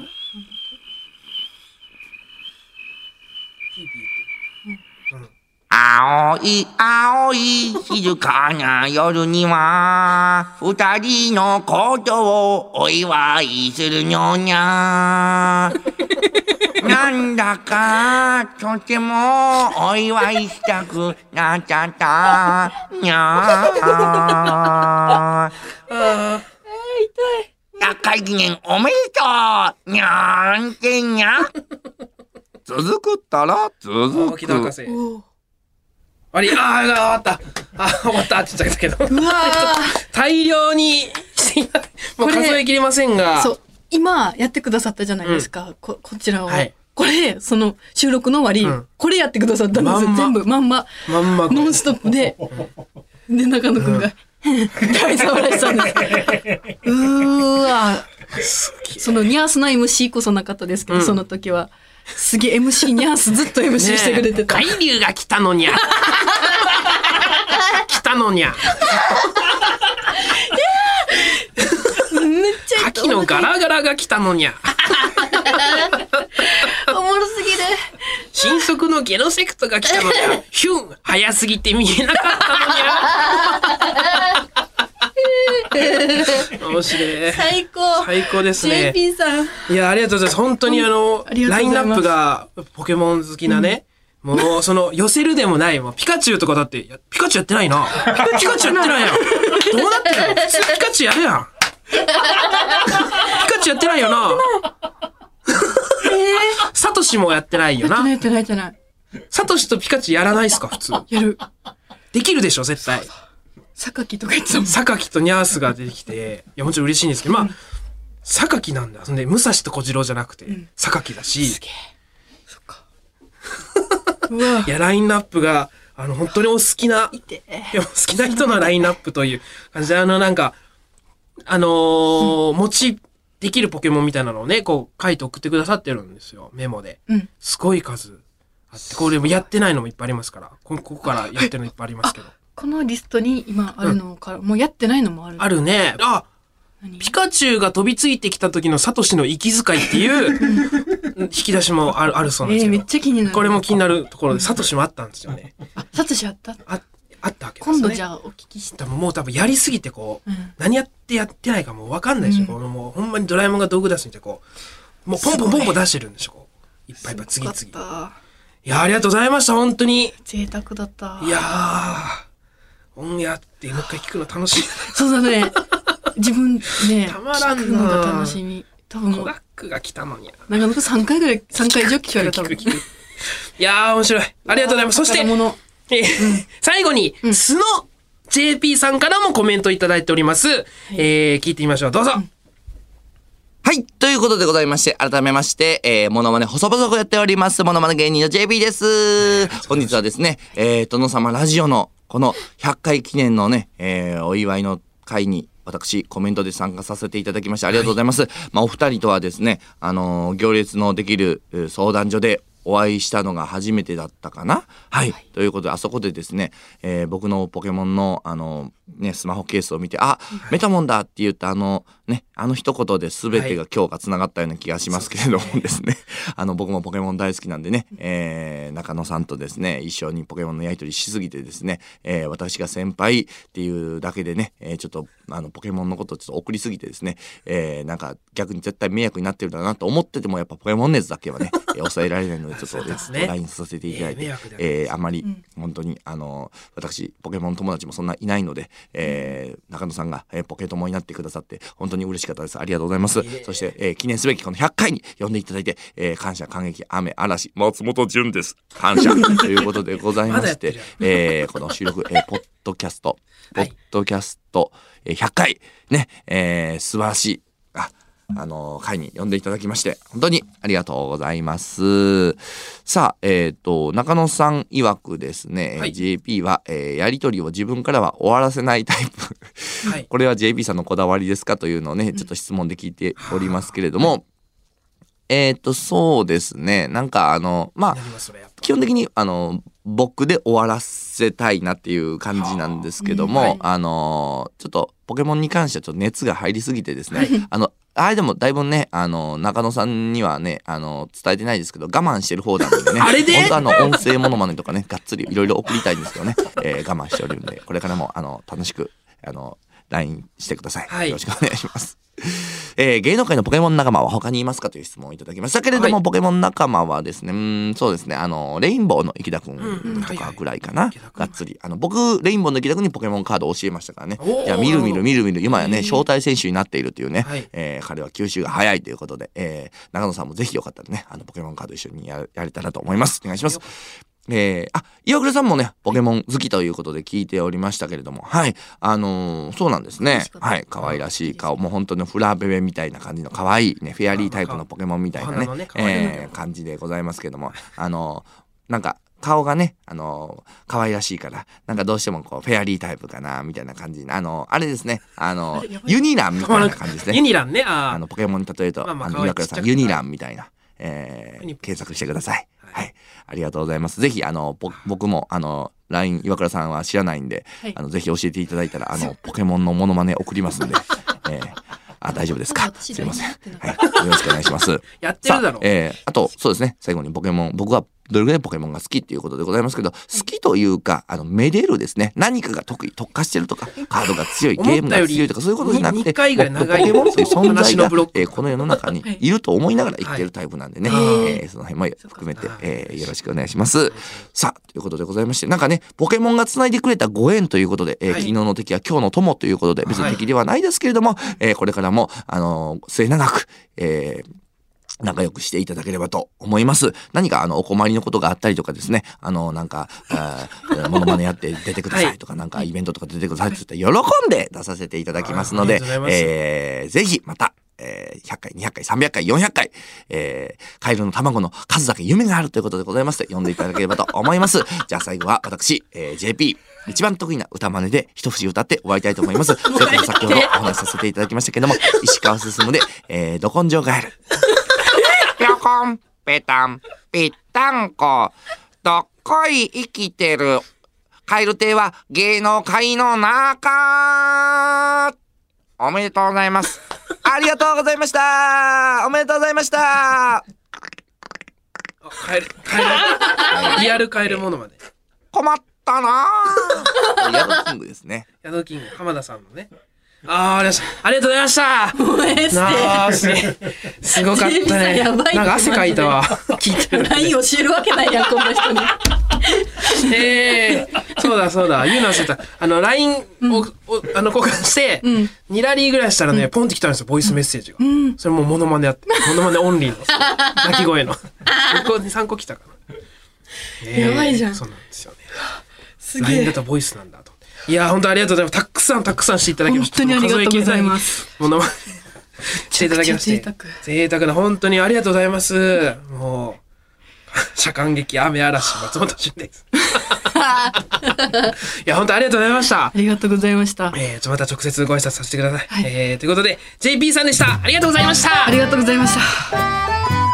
Speaker 2: ピーって。うん。
Speaker 8: 青い青い静かな夜には、二人のことをお祝いするのにゃ ー。なんだか、とてもお祝いしたくなっちゃった、にゃー。
Speaker 2: あ
Speaker 8: 100回記念おめでとうにゃーんてにゃ。
Speaker 5: 続くったら
Speaker 2: あ、
Speaker 5: 続
Speaker 2: 大木戸博
Speaker 5: く。
Speaker 2: 士。
Speaker 3: おう
Speaker 2: あれ、あー、あ終わった。あー、終わったって言っちゃったけ ど。
Speaker 3: うわ
Speaker 2: 大量に、もう
Speaker 3: これ
Speaker 2: 数えきれません
Speaker 3: ー
Speaker 2: が、
Speaker 3: そう、今やってくださったじゃないですか、ここちらを。
Speaker 2: はい
Speaker 3: これ、その収録の終わり、
Speaker 2: うん
Speaker 3: これやってくださったんですよ。
Speaker 2: まんま
Speaker 3: 全部、まんま。
Speaker 2: まんまこれ
Speaker 3: ノンストップで。で、中野くんが、 大騒がしたんです。うーわそのニャースな MC こそなかったですけど、
Speaker 2: うん
Speaker 3: その時は。すげえ MC ニャースずっと MC してくれてた。
Speaker 2: ねえ海流が来た のにゃ。来たのにゃ。
Speaker 3: めっちゃ
Speaker 2: 牡蠣のガラガラが来たのにゃ。
Speaker 3: おもろすぎる。
Speaker 2: 新速のゲノセクトが来たのにゃ。ヒュン、早すぎて見えなかったのにゃ。面白い。
Speaker 3: 最高。
Speaker 2: 最高ですね。
Speaker 3: JP さん。
Speaker 2: いや、ありがとうございます。本当にあの、
Speaker 3: ありが
Speaker 2: ラ
Speaker 3: とうご
Speaker 2: イン
Speaker 3: ざ
Speaker 2: ナ
Speaker 3: いま
Speaker 2: ッ
Speaker 3: す
Speaker 2: プがポケモン好きなね、もうその寄せるでもない、もうピカチュウとかだって、いやピカチュウやってないな。ピカチュウやってないやん。どうなってるの普通ピカ チュウやるやん。ピカチュウやってないよな。トシもやってないよ
Speaker 3: やって
Speaker 2: な
Speaker 3: ない。やってないやってない。
Speaker 2: サトシとピカチュウやらないっすか普通。
Speaker 3: やる。
Speaker 2: できるでしょ絶対。
Speaker 3: 榊とか言ってたもん。
Speaker 2: 榊とニャースが出てきて、いや、もちろん嬉しいんですけど、まあ、榊なんだ。そんで、武蔵と小次郎じゃなくて、榊だし、
Speaker 3: うわ
Speaker 2: い。や、ラインナップが、あの、本当にお好きな、い
Speaker 3: て
Speaker 2: や、お好きな人のラインナップという感じで、あの、なんか、あのー、持ちできるポケモンみたいなのをね、こう、書いて送ってくださってるんですよ、メモで。
Speaker 3: うん
Speaker 2: すごい数あって、これもやってないのもいっぱいありますから、こここからやってるのいっぱいありますけど。
Speaker 3: このリストに今あるのから、もうやってないのもある。
Speaker 2: あるね。あ
Speaker 3: 何
Speaker 2: ピカチュウが飛びついてきた時のサトシの息遣いっていう 引き出しもあるあるそうなん
Speaker 3: え
Speaker 2: で
Speaker 3: え
Speaker 2: すけ
Speaker 3: め
Speaker 2: ど
Speaker 3: っ、ちゃ気になる。
Speaker 2: これも気になるところで、サトシもあったんですよね。
Speaker 3: あ、サトシやった
Speaker 2: ああったわけですよね。
Speaker 3: 今度じゃあお聞きして。
Speaker 2: 多分もう多分やりすぎてこう、
Speaker 3: うん
Speaker 2: 何やってやってないかもう分かんないでし
Speaker 3: うん
Speaker 2: ょ、このもうほんまにドラえもんが道具出すみたいにこうもうポンポンポンポン出してるんでしょこういっぱいいっぱい次
Speaker 3: すご
Speaker 2: 々
Speaker 3: かっ
Speaker 2: いやありがとうございました本当に
Speaker 3: た。贅沢だった。
Speaker 2: いやーオンエアってもう一回聞くの楽しい
Speaker 3: そうだね。自分ね、
Speaker 2: たまらん な
Speaker 3: 聞くのが楽しみ。多分も
Speaker 2: コ
Speaker 3: う、
Speaker 2: ダックが来たのにな
Speaker 3: なかなか3回ぐらい、3回以上聞かれた
Speaker 2: 聞
Speaker 3: もん
Speaker 2: く聞くいやー面白いありがとうございますそして
Speaker 3: 宝物
Speaker 2: えー最後に、素の JP さんからもコメントいただいております、えー聞いてみましょうどうぞ、
Speaker 4: はい。ということでございまして、改めまして、えー、モノマネ細々やっております、モノマネ芸人の JB です。本日はですね、えー、殿様ラジオの、この100回記念のね、えー、お祝いの会に、私、コメントで参加させていただきまして、ありがとうございます。まあ、お二人とはですね、あのー行列のできるえー相談所で、お会いしたのが初めてだったかなはい。ということで、あそこでですね、えー僕のポケモンの、あの、ね、スマホケースを見て、あ、メタモンだって言ったあの、ね、あの一言で全てが今日が繋がったような気がしますけれどもですね、 あの、僕もポケモン大好きなんでね、えー中野さんとですね、一緒にポケモンのやり取りしすぎてですね、えー私が先輩っていうだけでね、えーちょっと、あの、ポケモンのことをちょっと送りすぎてですね、えーなんか逆に絶対迷惑になってるだろうなと思ってても、やっぱポケモン熱だけはね、 えー抑えられないので、ちょっと
Speaker 2: そうですね
Speaker 4: LINE させていただいて、
Speaker 2: えー迷
Speaker 4: え
Speaker 2: 惑だけ
Speaker 4: ーあまり本当に、あの私ポケモン友達もそんないないので、えー中野さんが、えーポケ友になってくださって本当に嬉しかったですありがとうございます、そして、えー記念すべきこの100回に呼んでいただいて、えー感謝感激雨嵐
Speaker 5: 松本潤です。
Speaker 4: 感 謝ということでございま
Speaker 2: まだやっ
Speaker 4: してて
Speaker 2: る
Speaker 4: えーこの収録、えーポッドキャスト、
Speaker 2: はい
Speaker 4: ポッドキャスト、えー100回ね、えー素晴らしいああのー回に呼んでいただきまして本当にありがとうございますさあえっ、と中野さん曰くですね、
Speaker 2: はい
Speaker 4: JP は、えーやり取りを自分からは終わらせないタイプ
Speaker 2: はい
Speaker 4: これは JB さんのこだわりですかというのをね、ちょっと質問で聞いておりますけれども、えっ、と、そうですね。なんか、あの、まあ
Speaker 2: な、りますそれやっぱ
Speaker 4: 基本的に、あの、僕で終わらせたいなっていう感じなんですけども、
Speaker 3: はあうん
Speaker 4: あの、ちょっと、ポケモンに関してはちょっと熱が入りすぎてですね、 あの、あれでもだいぶね、あの、中野さんにはね、あの、伝えてないですけど、我慢してる方なんでね。
Speaker 2: あれで
Speaker 4: 本当あの、音声モノマネとかね、がっつりいろいろ送りたいんですけどね、えー我慢しておるんで、これからも、あの、楽しく、あの、LINE してください。
Speaker 2: はい
Speaker 4: よろしくお願いします。えー芸能界のポケモン仲間は他にいますかという質問をいただきましたけれども、
Speaker 2: は
Speaker 4: ポケモン仲間はですね、うーん、そうですね、あの、レインボーの池田く
Speaker 2: うん
Speaker 4: んとかぐらいかな
Speaker 2: 池田、くん
Speaker 4: がっつり。あの、僕、レインボーの池田くんにポケモンカードを教えましたからね
Speaker 2: おー。
Speaker 4: いや、みるみるみるみる、今やね、招待選手になっているというね、
Speaker 2: はい
Speaker 4: えー彼は吸収が早いということで、えー長野さんもぜひよかったらね、あの、ポケモンカード一緒にややれたらと思います。お願いします。えー、あ、岩倉さんもね、ポケモン好きということで聞いておりましたけれども、はい、あのーそうなんですね
Speaker 3: しか。った
Speaker 4: はい、可愛らしい顔、もう本当のフラベベみたいな感じの可愛いね、フェアリータイプのポケモンみたいな
Speaker 2: お花のね
Speaker 4: ね、
Speaker 2: 可愛いの
Speaker 4: えー感じでございますけども、 あのーなんか、顔がね、あのー可愛らしいから、なんかどうしてもこう、フェアリータイプかな、みたいな感じ。あのーあれですね、あ のーユニランみたいな感じですね
Speaker 2: ユ。ニランねあー
Speaker 4: あの、ポケモンに例えると、
Speaker 2: まあまあ
Speaker 4: あ
Speaker 2: 可
Speaker 4: の、
Speaker 2: 愛い
Speaker 4: 岩倉さ
Speaker 2: ちっ
Speaker 4: ん、
Speaker 2: ちゃ
Speaker 4: ユ
Speaker 2: く
Speaker 4: ニランみたいな、え
Speaker 2: ユニ
Speaker 4: ー、検索してください。
Speaker 2: はい
Speaker 4: はい。ありがとうございます。ぜひ、あの、ぼ僕も、あの、LINE、岩倉さんは知らないんで、
Speaker 3: はい
Speaker 4: あの、ぜひ教えていただいたら、 あの、ポケモンのモノマネ送りますんで、えー、あ、大丈夫ですか
Speaker 3: 私
Speaker 4: すいません。
Speaker 3: LINE 持ってな
Speaker 4: はい。よろしくお願いします。
Speaker 2: やって
Speaker 4: さ
Speaker 2: るだ
Speaker 4: あ
Speaker 2: ろ、
Speaker 4: えー、あと、そうですね。最後にポケモン、僕はどれぐらいポケモンが好きっていうことでございますけど、好きというか、あの、めでるですね。何かが特意、特化してるとか、カードが強い、
Speaker 2: 思った
Speaker 4: ゲームが強いとか、そういうことじゃなく
Speaker 2: に二
Speaker 4: て、
Speaker 2: 回ぐらい長い
Speaker 4: ポケモンという存在
Speaker 2: 話のブロッ
Speaker 4: が
Speaker 2: ク、
Speaker 4: えーこの世の中にいると思いながら生きてるタイプなんでね、
Speaker 2: はい
Speaker 4: えーその辺も含めて
Speaker 2: そうか、
Speaker 4: えーよろしくお願いします。さあ、ということでございまして、なんかね、ポケモンが繋いでくれたご縁ということで、えー
Speaker 2: はい
Speaker 4: 昨日の敵は今日の友ということで、別に敵ではないですけれども、えーこれからも、あのー末永く、えー仲良くしていただければと思います。何かあのお困りのことがあったりとかですね、あのなんか、あ ーモノマネやって出てくださいとか、なんかイベントとか出てくださいって言って喜んで出させていただきますの
Speaker 2: あ
Speaker 4: で
Speaker 2: りがとうご、ざいます
Speaker 4: えーぜひまた、えー100回、200回、300回、400回、えー、カエルの卵の数だけ夢があるということでございまして、読んでいただければと思います。 じゃあ最後は私、えー JP、一番得意な歌真似で一節歌って終わりたいと思い ます。それとも先ほどお話しさせていただきましたけども、石川進で、えー、ど根性ガエル。ぴょこん、ぺたん、ぴったんこ。どっこい生きてる。カエル亭は芸能界の中。おめでとうございます。ありがとうございました。おめでとうございました。
Speaker 2: あカエル、 カエル。リアルカエルものまで。
Speaker 4: 困ったなぁ。ヤドキングですね。
Speaker 2: ヤドキング、浜田さんのね。あーありましたありがとうございましたなあすげえすごかっ
Speaker 3: ジェミー
Speaker 2: た
Speaker 3: さん
Speaker 2: ね
Speaker 3: やばいって
Speaker 2: なんか汗か いたわ聞いてる
Speaker 3: LINE 教えるわけないやんこんな人に
Speaker 2: ええそうだそうだ言うの忘れたあの LINE を、おあの交換して、2ラリーぐらいしたらね、ポンって来たんですよボイスメッセージが、それもうモノマネやってモノマネオンリーの鳴き声の2個3個来たから、ええ
Speaker 3: やばいじゃん
Speaker 2: そうなんですよね
Speaker 3: すげ
Speaker 2: LINE だ
Speaker 3: え
Speaker 2: とボイスなんだと思っていや本当ありがとうございますたくさんたくさんしていただきました
Speaker 3: 本当にありがとうございます
Speaker 2: ものまね していただきまして
Speaker 3: めちゃくちゃ
Speaker 2: 贅沢な本当にありがとうございますもう車間劇雨嵐松本潤です いや本当ありがとうございました
Speaker 3: ありがとうございました
Speaker 2: えー、ちょまた直接ご挨拶させてください、えーということで JP さんでしたありがとうございました
Speaker 3: ありがとうございました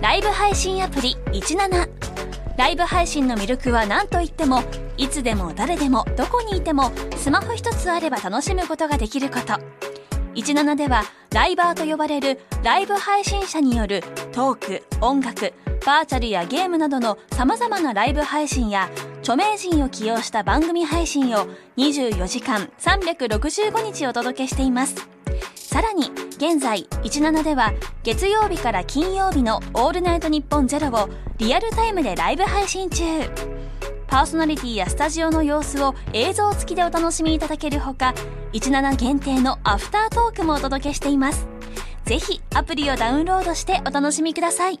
Speaker 1: ライブ配信アプリ17ライブ配信の魅力は何といってもいつでも誰でもどこにいてもスマホ一つあれば楽しむことができること17ではライバーと呼ばれるライブ配信者によるトーク音楽バーチャルやゲームなどのさまざまなライブ配信や著名人を起用した番組配信を24時間365日お届けしていますさらに現在17では月曜日から金曜日の「オールナイトニッポンゼロをリアルタイムでライブ配信中パーソナリティやスタジオの様子を映像付きでお楽しみいただけるほか17限定のアフタートークもお届けしていますぜひアプリをダウンロードしてお楽しみください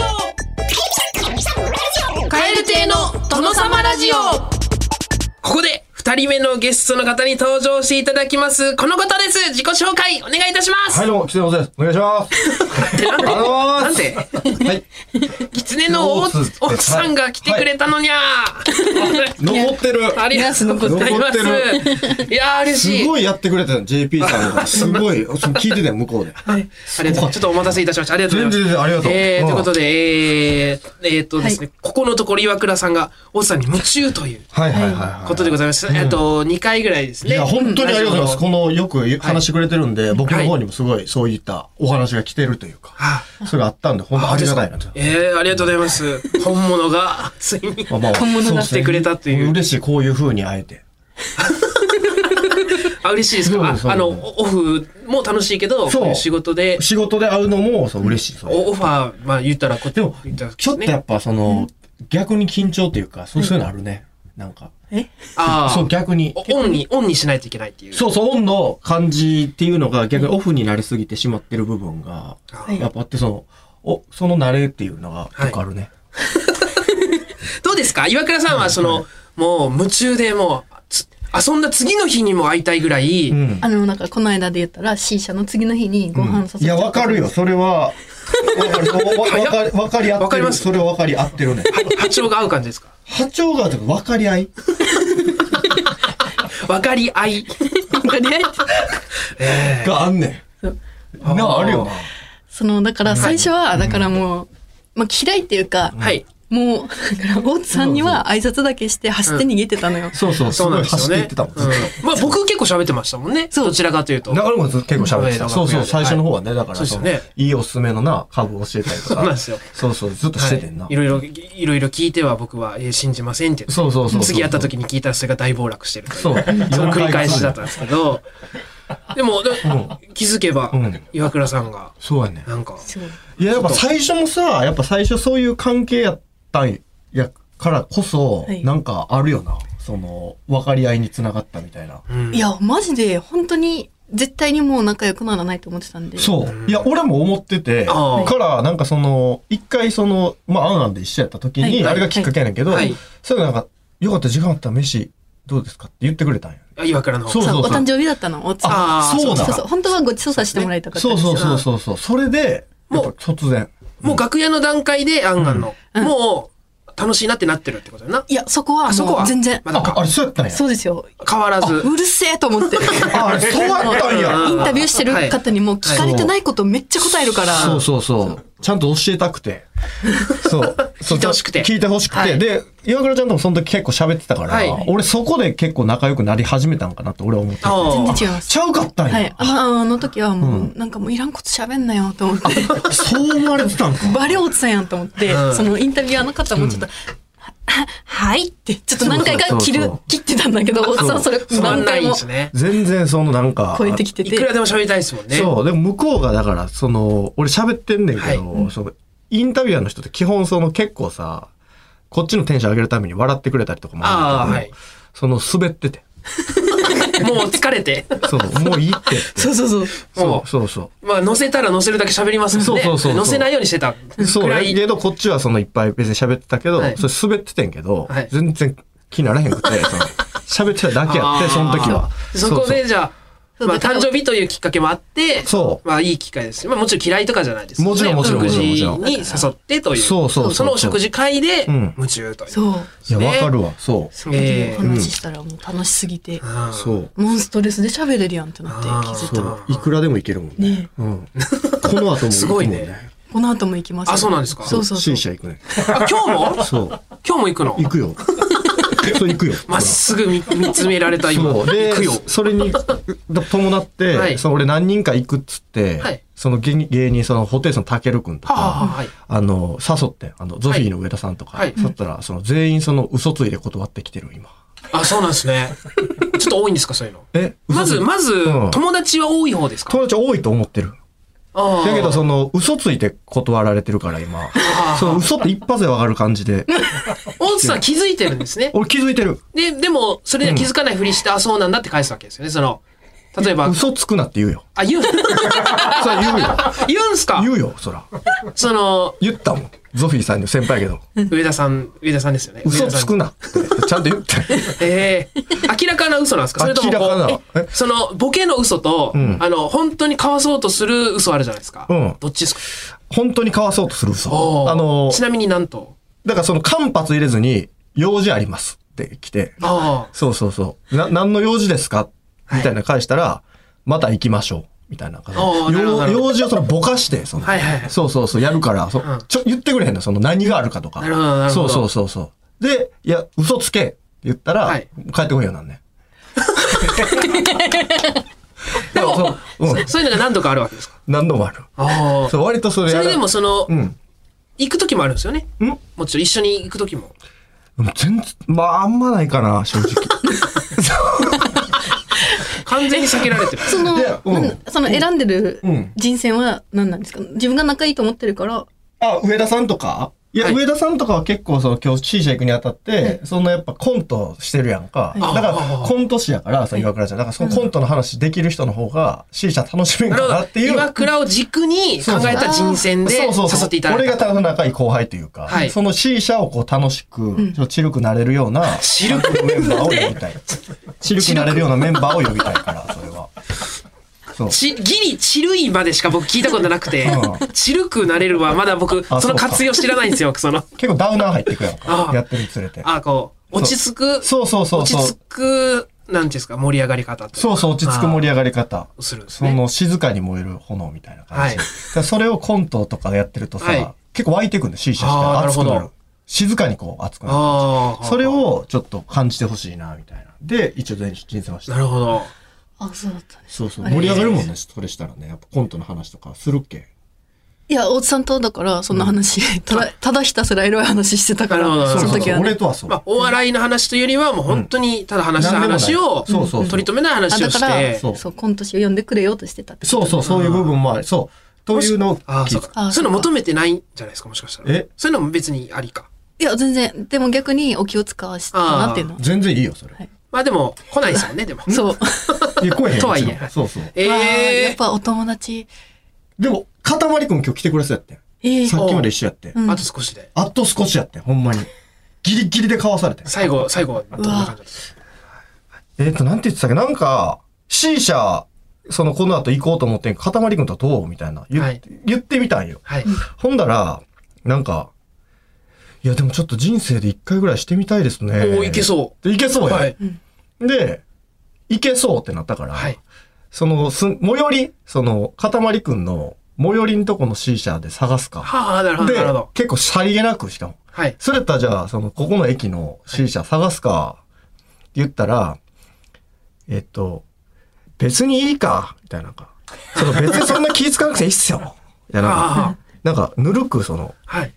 Speaker 10: オカエル亭の殿様ラジオ
Speaker 2: ここで2人目のゲストの方に登場していただきますこの方です自己紹介お願いいたします、
Speaker 11: はい、どうも、キツネオです。お願いします。
Speaker 2: なん
Speaker 11: あり
Speaker 2: で
Speaker 11: がとうござい
Speaker 2: な
Speaker 11: ま
Speaker 2: ん
Speaker 11: す。
Speaker 2: で
Speaker 11: はい、
Speaker 2: 狐の大津大津さんが来てくれたのにゃ、
Speaker 11: 登ってる。
Speaker 2: ありがとうございますいやー嬉しい
Speaker 11: すごいやってくれてる JP さんが。すごい、その聞いてたよ、向こうで。
Speaker 2: ありがとうちょっとお待たせいたしましたありがとうご
Speaker 11: 全
Speaker 2: ざい
Speaker 11: 然
Speaker 2: ま
Speaker 11: 全然あり
Speaker 2: す
Speaker 11: がとう。
Speaker 2: えー、ということ
Speaker 11: で。
Speaker 2: で、えー、えー、とですね、ここのところ岩倉さんが、大津さんに夢中という
Speaker 11: はいはいはいはい。
Speaker 2: ことでございます。えっと、2回ぐらいです
Speaker 11: い
Speaker 2: ね。
Speaker 11: や、本当にありがとうございます。この、よく話してくれてるんで、僕の方にもすごい、そういったお話が来てるというか、
Speaker 2: あ
Speaker 11: それがあったんで、本当ありがたいなと。
Speaker 2: ええありがとうございます。 本物が、ついに。
Speaker 11: まあまあ
Speaker 3: 本物だ
Speaker 11: そうですね
Speaker 2: 来てくれたっていう
Speaker 11: 嬉しい、こういう風に会えて。
Speaker 2: あ、嬉しいです
Speaker 11: そう
Speaker 2: か
Speaker 11: ですそうです
Speaker 2: ああの、オフも楽しいけど、
Speaker 11: そう
Speaker 2: こういう仕事で、
Speaker 11: 仕事で会うのも、そう、嬉しい。そう
Speaker 2: おオファー、まあ言ったらこっち
Speaker 11: でも
Speaker 2: 言たらこ、
Speaker 11: ちょっとやっぱその、逆に緊張というか、そうそういうのあるね。なんか。
Speaker 2: ああ
Speaker 11: そう、逆に。
Speaker 2: おオンに、オンにしないといけないっていう。
Speaker 11: そうそう、オンの感じっていうのが逆にオフになりすぎてしまってる部分が、やっぱあって、その、お、その慣れっていうのが
Speaker 2: はい
Speaker 11: よくあるね。
Speaker 2: どうですか岩倉さんは、その、もう夢中でもう、つ遊んだ次の日にも会いたいぐらい、
Speaker 11: うん。
Speaker 3: あのなんかこの間で言ったら C 社の次の日にご飯誘っ
Speaker 11: い
Speaker 3: ちゃ
Speaker 11: や、
Speaker 3: った
Speaker 11: わかるよ。それ は、わかる。わわかりわかり合
Speaker 2: わ
Speaker 11: って
Speaker 2: かりま
Speaker 11: る。
Speaker 2: す
Speaker 11: それはわかり合ってるね。
Speaker 2: 波長が合う感じですか
Speaker 11: 波長があるとか分かり合い
Speaker 2: 分かり合い。
Speaker 3: なんか出会いって
Speaker 11: があんねん。なあ、あるよな。
Speaker 3: そのだから最初はだからもう、まあ嫌いっていうか、
Speaker 2: はい。
Speaker 3: もう、だから、大津さんには挨拶だけして走って逃げてたのよ。
Speaker 11: そうそう、
Speaker 2: そうなんですよ
Speaker 11: 走っていっ
Speaker 2: ね
Speaker 11: てたもん。。
Speaker 2: うんまあ僕結構喋ってましたもんね。どちらかというと。
Speaker 11: 流れもず結構喋ってた。そうそう、最初の方はね、だから、
Speaker 2: そうですよね
Speaker 11: そのいいおすすめのな、株を教えたりと
Speaker 2: そうなん
Speaker 11: か
Speaker 2: で。すよ。
Speaker 11: そうそう、ずっとしててんな。
Speaker 2: はい、いろいろ、いろいろ聞いては僕は、えー信じませんって言って
Speaker 11: そうそうそうそう。
Speaker 2: 次会った時に聞いたらそれが大暴落してるという
Speaker 11: そう。
Speaker 2: その繰り返しだっ
Speaker 11: と
Speaker 2: たんですけど、でも、で気づけば、
Speaker 11: うん
Speaker 2: 岩倉さんが、
Speaker 11: そうやね。
Speaker 2: なんか、
Speaker 3: そう。
Speaker 11: いや、やっぱ最初もさ、やっぱ最初そういう関係やったんやからこそ
Speaker 3: は、い
Speaker 11: なんかあるよな。その、分かり合いにつながったみたいな。
Speaker 2: うん
Speaker 3: いや、マジで、本当に、絶対にもう仲良くならないと思ってたんで。
Speaker 11: そう。いや、俺も思ってて、
Speaker 2: ああ
Speaker 11: から、なんかその、一回その、まあ、アンアンで一緒やった時
Speaker 3: はい
Speaker 11: に、あれがきっかけやねんけど
Speaker 2: はい、
Speaker 11: それなんか、よかった、時間あったら飯、どうですかって言ってくれたんや。
Speaker 2: あ岩倉の方
Speaker 11: そう
Speaker 3: そうお誕生日だったの、大津さん。
Speaker 2: ああ、
Speaker 11: そうだ
Speaker 3: そうそう、本当はごちそうさせてもらいたかったん
Speaker 11: そ
Speaker 3: ですよ
Speaker 11: うそうそうそうそう。それで、やっぱ突然。
Speaker 2: もう楽屋の段階で、アンガンの、
Speaker 3: うん
Speaker 2: もう、楽しいなってなってるってことやな。
Speaker 3: いや、そこは、
Speaker 2: あそこ
Speaker 3: も
Speaker 2: は
Speaker 3: う全然。
Speaker 2: まだ
Speaker 11: あ、あれそうやったんや。
Speaker 3: そうですよ。
Speaker 2: 変わらず。
Speaker 3: うるせえと思って。
Speaker 11: あ、あれそうやったんや。
Speaker 3: インタビューしてる方にも聞かれてないことめっちゃ答えるから。
Speaker 11: そうそうそう。ちゃんと教えたく て。そう。聞
Speaker 2: いてほしくて
Speaker 11: 聞いてほしくて。
Speaker 2: はい
Speaker 11: で、岩倉ちゃんともその時結構喋ってたから、
Speaker 2: はい
Speaker 11: 俺そこで結構仲良くなり始めたんかなって俺は思ってた。
Speaker 2: あ
Speaker 3: 全
Speaker 2: あ
Speaker 3: 然違います。
Speaker 11: ちゃうかったんや。
Speaker 3: はい。あの、あの時はもう、なんかもういらんこと喋んなよと思って。
Speaker 11: そう思われてたんか。
Speaker 3: バレ落ちたやんと思って、
Speaker 2: うん
Speaker 3: そのインタビュアーの方もちょっと、ははいって、ちょっと何回か切
Speaker 11: そう
Speaker 3: る
Speaker 11: そうそう、
Speaker 3: 切ってたんだけど、おっさんそれ
Speaker 2: そうな
Speaker 3: 何
Speaker 2: んな
Speaker 3: 回
Speaker 2: いん
Speaker 3: も
Speaker 2: ですね。
Speaker 11: 全然そのなんか。
Speaker 3: 超えてきて
Speaker 2: いくら
Speaker 3: て、
Speaker 2: でも喋りたいですもんね。
Speaker 11: そう。でも向こうがだから、その、俺喋ってんねんけど、その、インタビュアーの人って基本その結構さ、こっちのテンション上げるために笑ってくれたりとかも
Speaker 2: あ
Speaker 11: あ
Speaker 2: あ、
Speaker 11: るん
Speaker 2: は
Speaker 11: だけ
Speaker 2: い
Speaker 11: ど、。その滑ってて。
Speaker 2: もう疲れて。
Speaker 11: そう、もういいって。
Speaker 3: そうそうそう。
Speaker 11: そうそうそう。
Speaker 2: まあ、乗せたら乗せるだけ喋りますもん
Speaker 11: そう
Speaker 2: ね。
Speaker 11: そうそうそう
Speaker 2: 乗せないようにしてた。
Speaker 11: そう
Speaker 2: くら
Speaker 11: だ
Speaker 2: い。
Speaker 11: けど、こっちはそのいっぱい別に喋ってたけど、
Speaker 2: はい
Speaker 11: それ滑っててんけど、
Speaker 2: はい
Speaker 11: 全然気にならへん くて、その喋ってただけやって、
Speaker 2: あー
Speaker 11: その時は。
Speaker 2: そこでじゃあ、
Speaker 3: そう
Speaker 2: まあ、
Speaker 3: だか
Speaker 2: 誕
Speaker 3: ら
Speaker 2: 生日というきっかけもあって、
Speaker 11: そう
Speaker 2: まあ、いい機会です。まあ、もちろん嫌いとかじゃないですよね。
Speaker 11: もちろんもちろん
Speaker 2: お食
Speaker 11: もち
Speaker 2: 事
Speaker 11: ろんも
Speaker 2: に誘ってという。
Speaker 11: そうそうそう
Speaker 2: そのお食事会で
Speaker 11: うん、
Speaker 2: 夢中という。
Speaker 3: そう。
Speaker 11: そう。いや、わかるわ、そ
Speaker 3: そこで
Speaker 2: えー
Speaker 3: お話ししたらもう楽しすぎて、
Speaker 11: う。そう。
Speaker 3: モンストレスで喋れるやんってなって
Speaker 2: あー
Speaker 3: 気づい
Speaker 11: そ
Speaker 3: た。
Speaker 11: う。いくらでもいけるもんね。
Speaker 3: ね
Speaker 11: うん。この後も
Speaker 2: す
Speaker 11: 行くも
Speaker 2: ごい
Speaker 11: ん
Speaker 2: ね
Speaker 11: ね。
Speaker 3: この後も行きますよ
Speaker 2: あそうなんですか
Speaker 3: そうそうそう
Speaker 11: C。社行くね。
Speaker 2: あ、今日も
Speaker 11: そう。
Speaker 2: 今日も行くの
Speaker 11: 行くよ。そう、行くよ。
Speaker 2: まっすぐ見見つめられた今。
Speaker 11: そう。で
Speaker 2: 行くよ。、
Speaker 11: それに伴っ
Speaker 2: は
Speaker 11: て、
Speaker 2: い
Speaker 11: その俺何人か行くっつっ
Speaker 2: はい
Speaker 11: て、その芸人芸人、そのホテイソンたけるくんと
Speaker 2: はあ、はあ
Speaker 11: か、
Speaker 2: はい。
Speaker 11: あの、誘って、あの、ゾフィーの上田さんとか、
Speaker 2: はい
Speaker 11: 誘ったら、その全員その嘘ついて断ってきてる、今。
Speaker 2: あ、そうなんですね。ちょっと多いんですか、そういうの。
Speaker 11: え、
Speaker 2: まず、
Speaker 11: 嘘つい
Speaker 2: まず
Speaker 11: うん、
Speaker 2: 友達は多い方ですか
Speaker 11: 友達多いと思ってる。
Speaker 2: ああ
Speaker 11: だけど、その、嘘ついて断られてるから、今。
Speaker 2: あ
Speaker 11: その嘘って一発でわかる感じで。
Speaker 2: 大津さん気づいてるんですね。
Speaker 11: 俺気づいてる。
Speaker 2: で、でも、それには気づかないふりして、あ、そうなんだって返すわけですよね。その、例えば、
Speaker 11: 嘘つくなって言うよ。
Speaker 2: あ、言う、
Speaker 11: それ言うよ。
Speaker 2: 言うんすか
Speaker 11: 言うよ、そら。
Speaker 2: その、
Speaker 11: 言ったもん。ゾフィーさんの先輩やけど。
Speaker 2: 上田さん、上田さんですよね。
Speaker 11: 嘘つく
Speaker 2: な。
Speaker 11: なって。ちゃんと言って。
Speaker 2: ええ明らかな嘘なんですかそれともこう
Speaker 11: 明らかな
Speaker 2: えその、ボケの嘘と、
Speaker 11: ん
Speaker 2: あの、本当にかわそうとする嘘あるじゃないですか。
Speaker 11: うん
Speaker 2: どっちですか
Speaker 11: 本当にかわそうとする嘘。
Speaker 2: おー
Speaker 11: あの、
Speaker 2: ちなみになんと。
Speaker 11: だからその間髪入れずに、用事ありますって来て。
Speaker 2: あ
Speaker 11: そうそうそう。な、何の用事ですかみたいな返したら、また行きましょう。みたいな感
Speaker 2: おー
Speaker 11: じ。
Speaker 2: なるほど
Speaker 11: 用用事をそのぼかして、その、
Speaker 2: はいはいはい
Speaker 11: そうそうそう、やるから、そ
Speaker 2: ん
Speaker 11: ちょ、言ってくれへんの、その何があるかとか。
Speaker 2: なるほどなるほど
Speaker 11: そうそうそうそう。で、いや、嘘つけって言ったら、
Speaker 2: はい
Speaker 11: 帰ってこいよなんね。でも、そうう
Speaker 2: あ。
Speaker 11: ん、
Speaker 2: そういうのが何度かあるわけですか
Speaker 11: 何度もある。
Speaker 2: ああ。
Speaker 11: そう、割とそれ
Speaker 2: そ
Speaker 11: や
Speaker 2: れ
Speaker 11: る
Speaker 2: でも、その、
Speaker 11: うん。
Speaker 2: 行く時もあるんですよね。
Speaker 11: ん
Speaker 2: もちろん一緒に行く時も。
Speaker 11: でも全然、まあ、あんまないかな、正直。
Speaker 2: 完全に避けられてる。
Speaker 3: その、
Speaker 11: いやうん
Speaker 3: なんその選んでる
Speaker 11: うん
Speaker 3: 人選は何なんですか自分が仲いいと思ってるから、
Speaker 11: あ、上田さんとかいや、
Speaker 2: はい
Speaker 11: 上田さんとかは結構その今日 C 社行くにあたって、そのやっぱコントしてるやんか。だからコント師やから、その岩倉ちゃん。だからそのコントの話できる人の方が C 社楽しめん
Speaker 2: なる
Speaker 11: か
Speaker 2: ほ
Speaker 11: なって
Speaker 2: ど。
Speaker 11: いう。
Speaker 2: 岩倉を軸に考えた人選で誘
Speaker 11: そうそうそう
Speaker 2: っていただい
Speaker 11: 俺
Speaker 2: た。
Speaker 11: がただ仲いい後輩というか、
Speaker 2: はい
Speaker 11: その C 社をこう楽しく、ちょっとチルくなれるような、
Speaker 2: チルく
Speaker 11: メンバーを呼びた い。チルくなれるようなメンバーを呼びたいから、それは。そう。
Speaker 2: ち、ギリ、チルいまでしか僕聞いたことなくて
Speaker 11: う、
Speaker 2: チルくなれるはまだ僕、
Speaker 11: あ
Speaker 2: その活用知らないんです よ、その。
Speaker 11: 結構ダウナー入ってくやんか
Speaker 2: あ。あ
Speaker 11: やってるにつれて。
Speaker 2: あ、こう、落ち着く、
Speaker 11: そうそうそう
Speaker 2: 落
Speaker 11: そう。
Speaker 2: ち着く、なんていうんですか、盛り上がり方とい
Speaker 11: そうそう、落ち着く盛り上がり方。
Speaker 2: うするんです
Speaker 11: そ
Speaker 2: ね。
Speaker 11: の静かに燃える炎み たいな感じ。
Speaker 2: はい
Speaker 11: だからそれをコントとかでやってるとさ、
Speaker 2: はい
Speaker 11: 結構湧いてくんだよ、C 社し
Speaker 2: あ
Speaker 11: て。
Speaker 2: ーなる
Speaker 11: 熱
Speaker 2: ほ
Speaker 11: く
Speaker 2: ど
Speaker 11: なる。静かにこう熱くなる。
Speaker 2: ああ。
Speaker 11: それ。をちょっと感じてほしいな、みたいな。で、一応全人生はして
Speaker 2: な。るほど。
Speaker 3: あ、そうだったね。
Speaker 11: そうそう。
Speaker 3: あれ
Speaker 11: 盛り上がるもんね、それしたらね。やっぱコントの話とかするっけ
Speaker 3: いや、大津さんとだから、そんな話、ただ、ただひたすらエロい話してたから、
Speaker 2: なるほど
Speaker 3: そ
Speaker 2: なる
Speaker 3: の
Speaker 2: ほど
Speaker 3: 時はね
Speaker 11: 俺。とはそう。
Speaker 2: まあ、お笑いの話というよりは、もう本当にただ話した話を、
Speaker 11: そうそうそう
Speaker 2: 取り留め
Speaker 3: あ、
Speaker 2: ない話
Speaker 3: だ
Speaker 2: をし
Speaker 3: から、
Speaker 2: て。
Speaker 3: そう、コント師を呼んでくれようとしてたってこと
Speaker 11: そうそう、そういう部分もある。そう。というのを
Speaker 2: ああ、
Speaker 11: 聞
Speaker 2: そ
Speaker 11: いうた。
Speaker 2: か。
Speaker 3: あ
Speaker 2: そういうの
Speaker 3: そうか
Speaker 2: 求めてないんじゃないですか、もしかしたら。
Speaker 11: え
Speaker 2: そういうのも別にありか。
Speaker 3: いや、全然、でも逆にお気を使わしたなっていうのは。
Speaker 11: 全然いいよ、それ。
Speaker 2: まあでも、来ないですもんね、でも。
Speaker 3: そう。
Speaker 11: いや、来えへん。
Speaker 2: とはいえ
Speaker 11: うちのそうそう。
Speaker 2: え
Speaker 3: わあやっ
Speaker 2: え
Speaker 3: ぱお友達、
Speaker 11: でも、かたまりくん今日来てくれそうやってん。
Speaker 3: ええ
Speaker 11: さっきまで一緒やってん。
Speaker 3: うん
Speaker 2: あと少しで。
Speaker 11: あと少しやってん、ほんまに。ギリギリでかわされてん。
Speaker 2: 最後、最後はどんな感じだったんですか
Speaker 11: えっと、なんて言ってたっけなんか、C 社、その、この後行こうと思ってん、かたまりくんとはどうみたいな。言,、
Speaker 2: はい
Speaker 11: 言ってみたんよ。
Speaker 2: はい。
Speaker 11: ほんだら、なんか、いや、でもちょっと人生で一回ぐらいしてみたいですね。。
Speaker 2: おお、いけそう
Speaker 11: いけそう
Speaker 2: う。
Speaker 11: やん。
Speaker 2: はい。
Speaker 11: で、行けそうってなったから、
Speaker 2: はい。
Speaker 11: その、す、最寄り、その、かたまりくんの、最寄りんとこの C 社で探すか。
Speaker 2: はあ、なるほど、
Speaker 11: で
Speaker 2: なるほど。、
Speaker 11: 結構さりげなくしかも。
Speaker 2: はい。
Speaker 11: それやったらじゃあ、その、ここの駅の C 社探すか、って言ったら、えっと、別にいいか、みたいななんか。その、別にそんな気使わなくていいっすよ。 みたいななんか。
Speaker 2: あ
Speaker 11: なんか、ぬるく、その、
Speaker 2: あ、はい。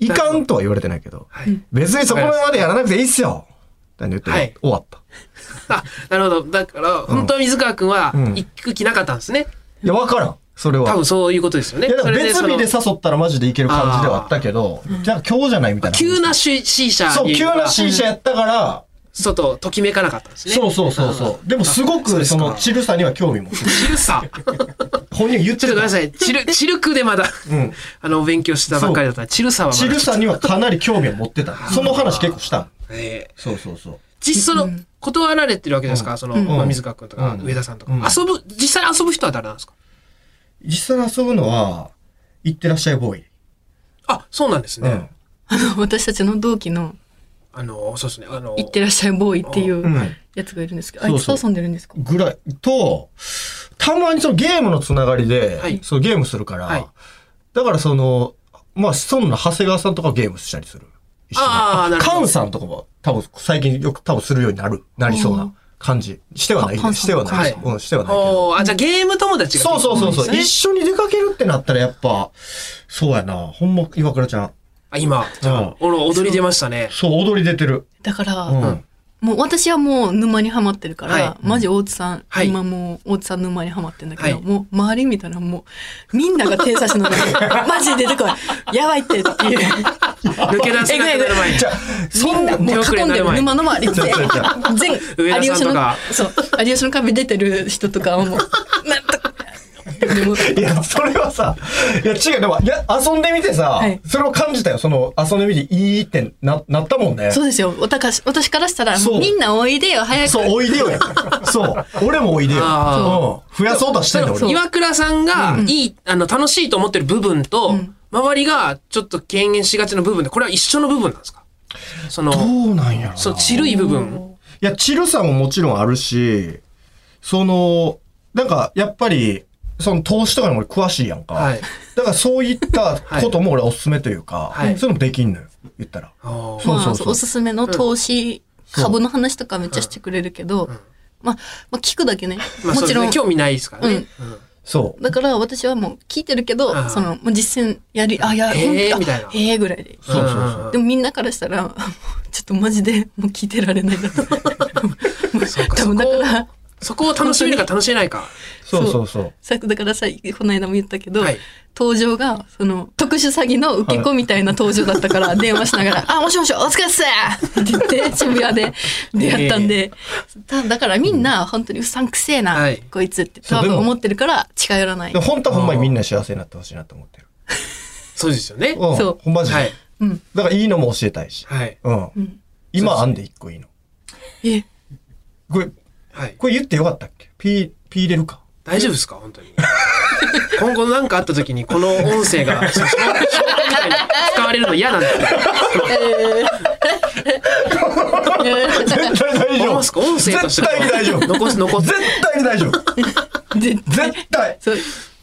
Speaker 11: いかんとは言われてないけど、
Speaker 2: はい。
Speaker 11: 別にそこまでやらなくていいっすよって言って、
Speaker 2: はい
Speaker 11: 終わった。
Speaker 2: あ、なるほど。だから、本当は水川くんは、
Speaker 11: うん
Speaker 2: 行く気なかったんですね。
Speaker 11: いや、わからん。それは。
Speaker 2: 多分そういうことですよね。
Speaker 11: いや、だから別
Speaker 2: それ
Speaker 11: 日で
Speaker 2: その
Speaker 11: 誘ったらマジでいける感じではあったけど、なんか今日じゃないみたいな。
Speaker 2: 急な C 社
Speaker 11: そう、
Speaker 2: に、
Speaker 11: 急な C 社やったから、
Speaker 2: ちょっとときめかなかったんですね。
Speaker 11: そうそうそうそう。でもすご
Speaker 2: そう
Speaker 11: く
Speaker 2: です
Speaker 11: そ
Speaker 2: か
Speaker 11: のチルさには興味持ってる。
Speaker 2: チルさ。
Speaker 11: 本人言っ
Speaker 2: ち
Speaker 11: て
Speaker 2: ょっと
Speaker 11: た
Speaker 2: ごめんなさい。チル、チルクでまだ、
Speaker 11: うん。
Speaker 2: あの、お勉強したばっかりだったら、チルさはまだ。
Speaker 11: チルさにはかなり興味を持って た。その話結構した。
Speaker 2: ええ
Speaker 11: そうそうそう。
Speaker 2: 実その、断られてるわけですか、その、
Speaker 11: ん
Speaker 2: まあ水川くんとか、
Speaker 11: うん
Speaker 2: 上田さんとか、
Speaker 11: うん
Speaker 2: 遊ぶ、実際遊ぶ人は誰なんですか
Speaker 11: 実際に遊ぶのは、行ってらっしゃいボーイ。
Speaker 2: あ、そうなんです
Speaker 11: う
Speaker 2: ね。
Speaker 11: ん。
Speaker 3: あの、私たちの同期の、
Speaker 2: あの、そうですね。あの、
Speaker 3: 行ってらっしゃいボーイっていううんやつがいるんですけど、
Speaker 11: そうそ
Speaker 3: あ
Speaker 11: う
Speaker 3: いつと遊んでるんですか
Speaker 11: ぐらいと、たまにそのゲームのつながりで、
Speaker 2: はい
Speaker 11: そうゲームするから、
Speaker 2: はい
Speaker 11: だからその、まあ、そんな長谷川さんとかゲームしたりする。一緒に
Speaker 2: あーなるほど
Speaker 11: カンさんとかも多分最近よく多分するようになる、なりそうな感じ。してはない
Speaker 3: あパン
Speaker 11: してはない、
Speaker 2: はい
Speaker 11: うん、してはないけど。
Speaker 2: おーあ、じゃあゲーム友達が。
Speaker 11: そうそうそうそう、
Speaker 2: ですね
Speaker 11: 一緒に出かけるってなったらやっぱ、そうやな。ほんま、岩倉ちゃん。
Speaker 2: あ、今、じゃあ、おの踊り出ましたね。
Speaker 11: そう、踊り出てる。
Speaker 3: だから、
Speaker 11: うん。
Speaker 3: もう私はもう沼にはまってるから、
Speaker 2: は
Speaker 3: マジ大津さん、
Speaker 2: はい
Speaker 3: 今もう大津さん沼にはまってるんだけど、
Speaker 2: はい
Speaker 3: もう周り見たらもう、みんなが手差し伸べて、 マジで出てこい、やばいってっていう。
Speaker 2: 抜け出せなくなる前に。
Speaker 3: みんなもう
Speaker 2: 手遅れ
Speaker 3: 囲ん
Speaker 2: にな
Speaker 3: でる
Speaker 2: る前に
Speaker 3: 沼の周りで
Speaker 11: ちょちょちょ
Speaker 3: 全
Speaker 2: 上田
Speaker 3: 有
Speaker 2: さん
Speaker 3: 吉
Speaker 2: と
Speaker 3: の
Speaker 2: か
Speaker 3: そう有吉の壁出てる人とかはもうなんとかでも
Speaker 11: いや、それはさ、いや、違う、でも、いや、遊んでみてさ、
Speaker 3: はい
Speaker 11: それを感じたよ。その、遊んでみていいってな、なったもんね。
Speaker 3: そうですよおたかし私からしたらもう
Speaker 11: そう
Speaker 3: みんなおいでよ早く
Speaker 11: そう、おいでよやから。そう、俺もおいでよ。
Speaker 2: あ
Speaker 11: うん、増やそうとしてんだよ、俺
Speaker 3: そう
Speaker 11: も。
Speaker 2: 岩倉さんが、いい、あの、楽しいと思ってる部分と、周りがちょっと軽減しがちの部分で、これは一緒の部分なんですかその、
Speaker 11: どうなんやろな
Speaker 2: そう、ちるい部分。
Speaker 11: いや、チルさももちろんあるし、その、なんか、やっぱり、その投資とかにも俺詳しいやんか。
Speaker 2: はい
Speaker 11: だからそういったことも俺おすすめというか、
Speaker 2: はい
Speaker 11: そういうのもできんのよ、言ったら。
Speaker 2: あ
Speaker 11: そう
Speaker 3: ま
Speaker 11: そ
Speaker 3: あ
Speaker 11: う
Speaker 3: そうお
Speaker 11: そう。
Speaker 3: すすめの投資株の話とかめっちゃしてくれるけど、まあ、まあ聞くだけね、
Speaker 2: ーまあ、
Speaker 3: も
Speaker 2: そ
Speaker 3: ち
Speaker 2: うです
Speaker 3: ろ
Speaker 2: ね。
Speaker 3: ん
Speaker 2: 興味ないですからね。
Speaker 11: そう。
Speaker 3: だから私はもう聞いてるけど、
Speaker 2: うん
Speaker 3: そのもう実践やりあや
Speaker 2: へー
Speaker 3: ほんとあ
Speaker 2: みたいな
Speaker 3: へえぐらいで
Speaker 11: そうそうそう。
Speaker 3: でもみんなからしたら、 もうちょっとマジでもう聞いてられないなと。 多分だから、
Speaker 2: そこを楽しめるか楽しめないか。
Speaker 11: そうそうそう。
Speaker 3: さだからさ、この間も言ったけど、
Speaker 2: はい
Speaker 3: 登場が、その、特殊詐欺の受け子みたいな登場だったから、電話しながら、あ、もしもし、お疲れっすって言って、渋谷で出会ったんで、ただからみんな、本当にうさんくせえな、
Speaker 2: はい
Speaker 3: こいつって
Speaker 11: そう
Speaker 3: 多
Speaker 11: で
Speaker 3: 分
Speaker 11: も
Speaker 3: 思ってるから、近寄らない
Speaker 11: でも。本当はほんまにみんな幸せになってほしいなと思ってる。
Speaker 2: そうですよね。
Speaker 11: うん。
Speaker 3: そう
Speaker 11: ほんまじで。
Speaker 2: はい。
Speaker 11: だからいいのも教えたいし。
Speaker 2: はい。
Speaker 11: うん。今あんで一個いいの。
Speaker 3: え、
Speaker 11: これ、
Speaker 2: はい。
Speaker 11: これ言ってよかったっけピー、ピー入れるか。
Speaker 2: 大丈夫ですか本当に。 今後何かあった時にこの音声がみたいに使われるの嫌なんだよ。
Speaker 11: 絶対大
Speaker 2: 思い
Speaker 11: 丈
Speaker 2: ま
Speaker 11: 夫。
Speaker 2: すか音声とし
Speaker 11: 絶
Speaker 2: て
Speaker 11: 対に大丈夫。
Speaker 2: 残す残 す
Speaker 11: 絶対に大丈夫。
Speaker 3: で、
Speaker 11: 絶対。
Speaker 3: そう、